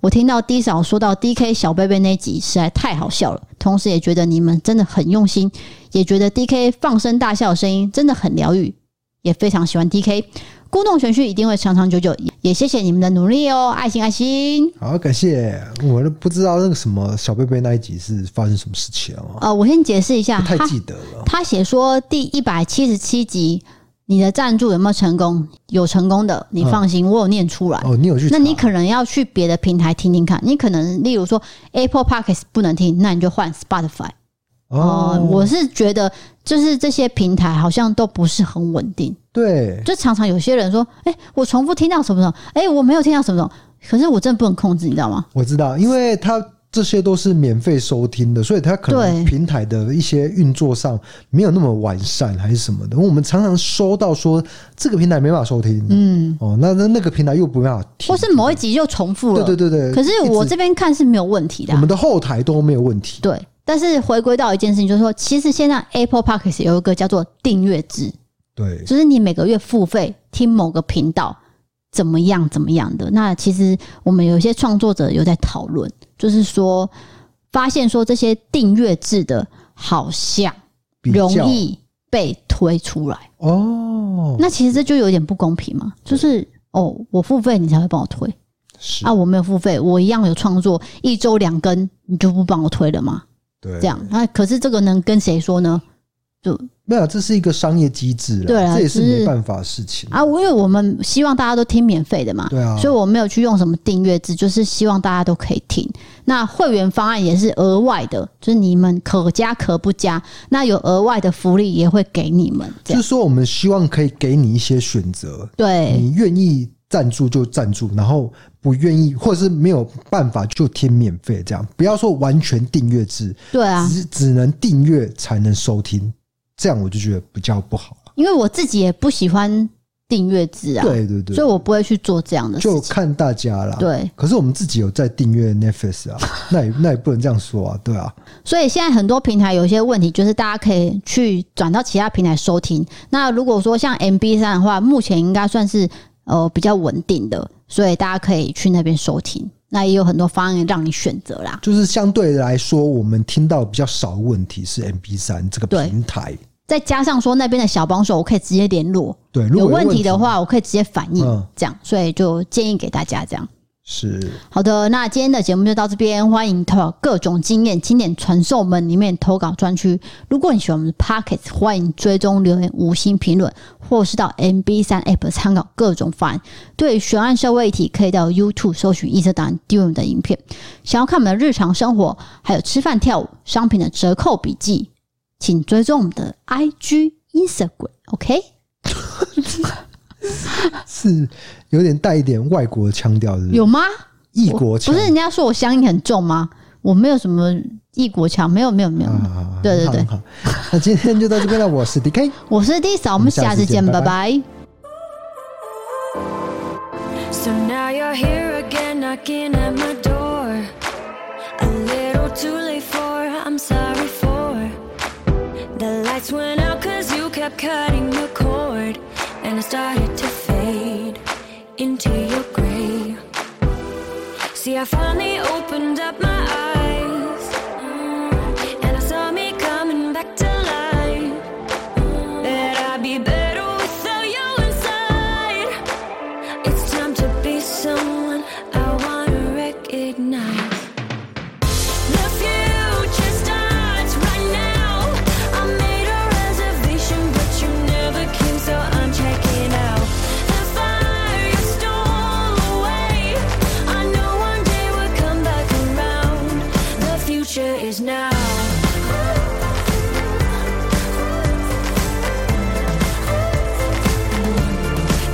Speaker 1: 我听到 D 嫂说到 D K 小贝贝那集实在太好笑了，同时也觉得你们真的很用心，也觉得 D K 放声大笑的声音真的很疗愈，也非常喜欢 D K。故弄玄虚一定会长长久久，也谢谢你们的努力哦，爱心爱心。
Speaker 2: 好感谢，我都不知道那个什么小贝贝那一集是发生什么事情了哦，
Speaker 1: 呃，我先解释一下，
Speaker 2: 不太
Speaker 1: 他
Speaker 2: 记得了。
Speaker 1: 他写说第一百七十七集你的赞助有没有成功？有成功的，你放心，我有念出来。
Speaker 2: 哦，你有去查？
Speaker 1: 啊那你可能要去别的平台听听看，你可能例如说 Apple Podcast 不能听，那你就换 Spotify。哦、
Speaker 2: 哦，
Speaker 1: 我是觉得就是这些平台好像都不是很稳定，
Speaker 2: 对
Speaker 1: 就常常有些人说，哎、我重复听到什么什么，哎、我没有听到什么什么，可是我真的不能控制，你知道吗？
Speaker 2: 我知道，因为它这些都是免费收听的，所以它可能
Speaker 1: 对
Speaker 2: 平台的一些运作上没有那么完善，还是什么的。我们常常收到说这个平台没办法收听，嗯，哦，那那那个平台又不办法听
Speaker 1: 或，是某一集又重复
Speaker 2: 对
Speaker 1: 了。
Speaker 2: 对对对。
Speaker 1: 可是我
Speaker 2: 一直
Speaker 1: 这边看是没有问题的啊、
Speaker 2: 我们的后台都没有问题，
Speaker 1: 对。但是回归到一件事情，就是说，其实现在 Apple Podcast 有一个叫做订阅制，
Speaker 2: 对
Speaker 1: 就是你每个月付费听某个频道怎么样怎么样的。那其实我们有一些创作者有在讨论，就是说发现说这些订阅制的好像
Speaker 2: 比较
Speaker 1: 容易被推出来，
Speaker 2: 哦，
Speaker 1: 那其实这就有点不公平嘛，就是哦，我付费你才会帮我推。
Speaker 2: 是
Speaker 1: 啊，我没有付费，我一样有创作，一周两更，你就不帮我推了吗？
Speaker 2: 对
Speaker 1: 这样，那可是这个能跟谁说呢？就
Speaker 2: 没有，这是一个商业机制啦，
Speaker 1: 对啊
Speaker 2: 这也是
Speaker 1: 就是
Speaker 2: 没办法的事情
Speaker 1: 啊，我因为我们希望大家都听免费的嘛，
Speaker 2: 对啊
Speaker 1: 所以我没有去用什么订阅制，就是希望大家都可以听。那会员方案也是额外的，就是你们可加可不加，那有额外的福利也会给你们，这
Speaker 2: 就
Speaker 1: 样
Speaker 2: 是说，我们希望可以给你一些选择，
Speaker 1: 对
Speaker 2: 你愿意赞助就赞助，然后不愿意或者是没有办法就听免费，这样不要说完全订阅制，
Speaker 1: 对啊，
Speaker 2: 只只能订阅才能收听，这样我就觉得比较不好了。
Speaker 1: 因为我自己也不喜欢订阅制啊，
Speaker 2: 对对对，
Speaker 1: 所以我不会去做这样的事
Speaker 2: 就
Speaker 1: 情。
Speaker 2: 看大家啦。
Speaker 1: 对，
Speaker 2: 可是我们自己有在订阅 Netflix 啊， 那也那也不能这样说啊，对啊，
Speaker 1: 所以现在很多平台有一些问题，就是大家可以去转到其他平台收听。那如果说像 MB 三的话，目前应该算是呃比较稳定的，所以大家可以去那边收听。那也有很多方案让你选择啦。
Speaker 2: 就是相对来说，我们听到比较少的问题是 MB 三这个
Speaker 1: 对
Speaker 2: 平台，
Speaker 1: 再加上说那边的小帮手，我可以直接联络，
Speaker 2: 对，如
Speaker 1: 有
Speaker 2: 果
Speaker 1: 问
Speaker 2: 题
Speaker 1: 题的，话，我可以直接反映，
Speaker 2: 嗯
Speaker 1: 这样，所以就建议给大家这样。
Speaker 2: 是
Speaker 1: 好的，那今天的节目就到这边，欢迎投稿各种经验经典传授们里面投稿专区。如果你喜欢我们的 Pocket，欢迎追踪留言、五星评论，或是到 MB 三 App 参考各种方案。对于悬案社会议题，可以到 YouTube 搜寻“异色档案”订阅我们的影片。想要看我们的日常生活，还有吃饭、跳舞、商品的折扣笔记，请追踪我们的 IG、Instagram。OK，
Speaker 2: 是有点带一点外国腔调，是不是
Speaker 1: 有吗？
Speaker 2: 异国
Speaker 1: 不
Speaker 2: 腔，
Speaker 1: 是人家说我乡音很重吗？我没有什么异国腔，没有，没有，没有。没有
Speaker 2: 啊，
Speaker 1: 对对对
Speaker 2: 很好，很好那今天就到这边了，我是 DK。
Speaker 1: 我是 D 嫂，我们下次见，
Speaker 2: 我们下
Speaker 1: 拜
Speaker 2: 次见拜
Speaker 1: 拜。
Speaker 3: So now you're here again, knocking at my door. A little too late for, I'm sorry for. The lights went out cause you kept cutting the cord. And I started to fade into your gray. See, I finally opened up my eyes. Mm. And I saw me coming back to life. That I'd be better without you inside. It's time to be someone I wanna recognize. The future starts right now. I made a reservation, but you never came, so I'm checking out. The fire you stole away. I know one day we'll come back around. The future is now.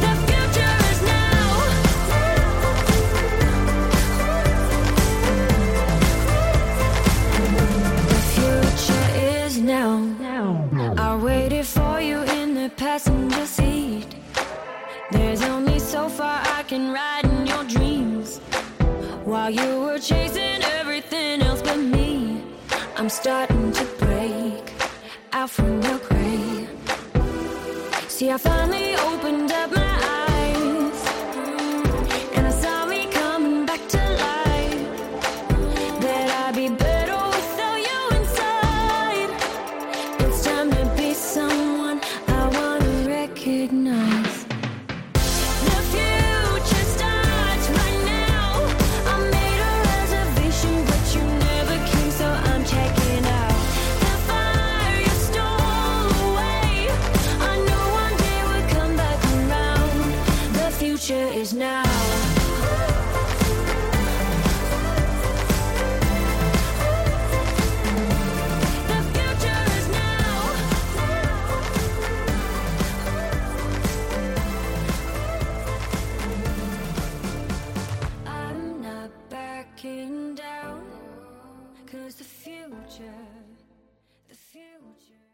Speaker 3: The future is now. The future is now. I waited for you in the passenger seat. There's only so far I can ride in your dreams. While you were chasing everything else but me, I'm starting to break out from your grave. See, I finally opened up my eyes, and I saw me coming back to life. That I'd be better without you inside. It's time to be someone I wanna recognize. The future starts right now. I made a reservation, but you never came, so I'm checking out. The fire you stole away. I know one day we'll come back around. The future is now. The future is now. I'm not backing down. Cause the future, the future.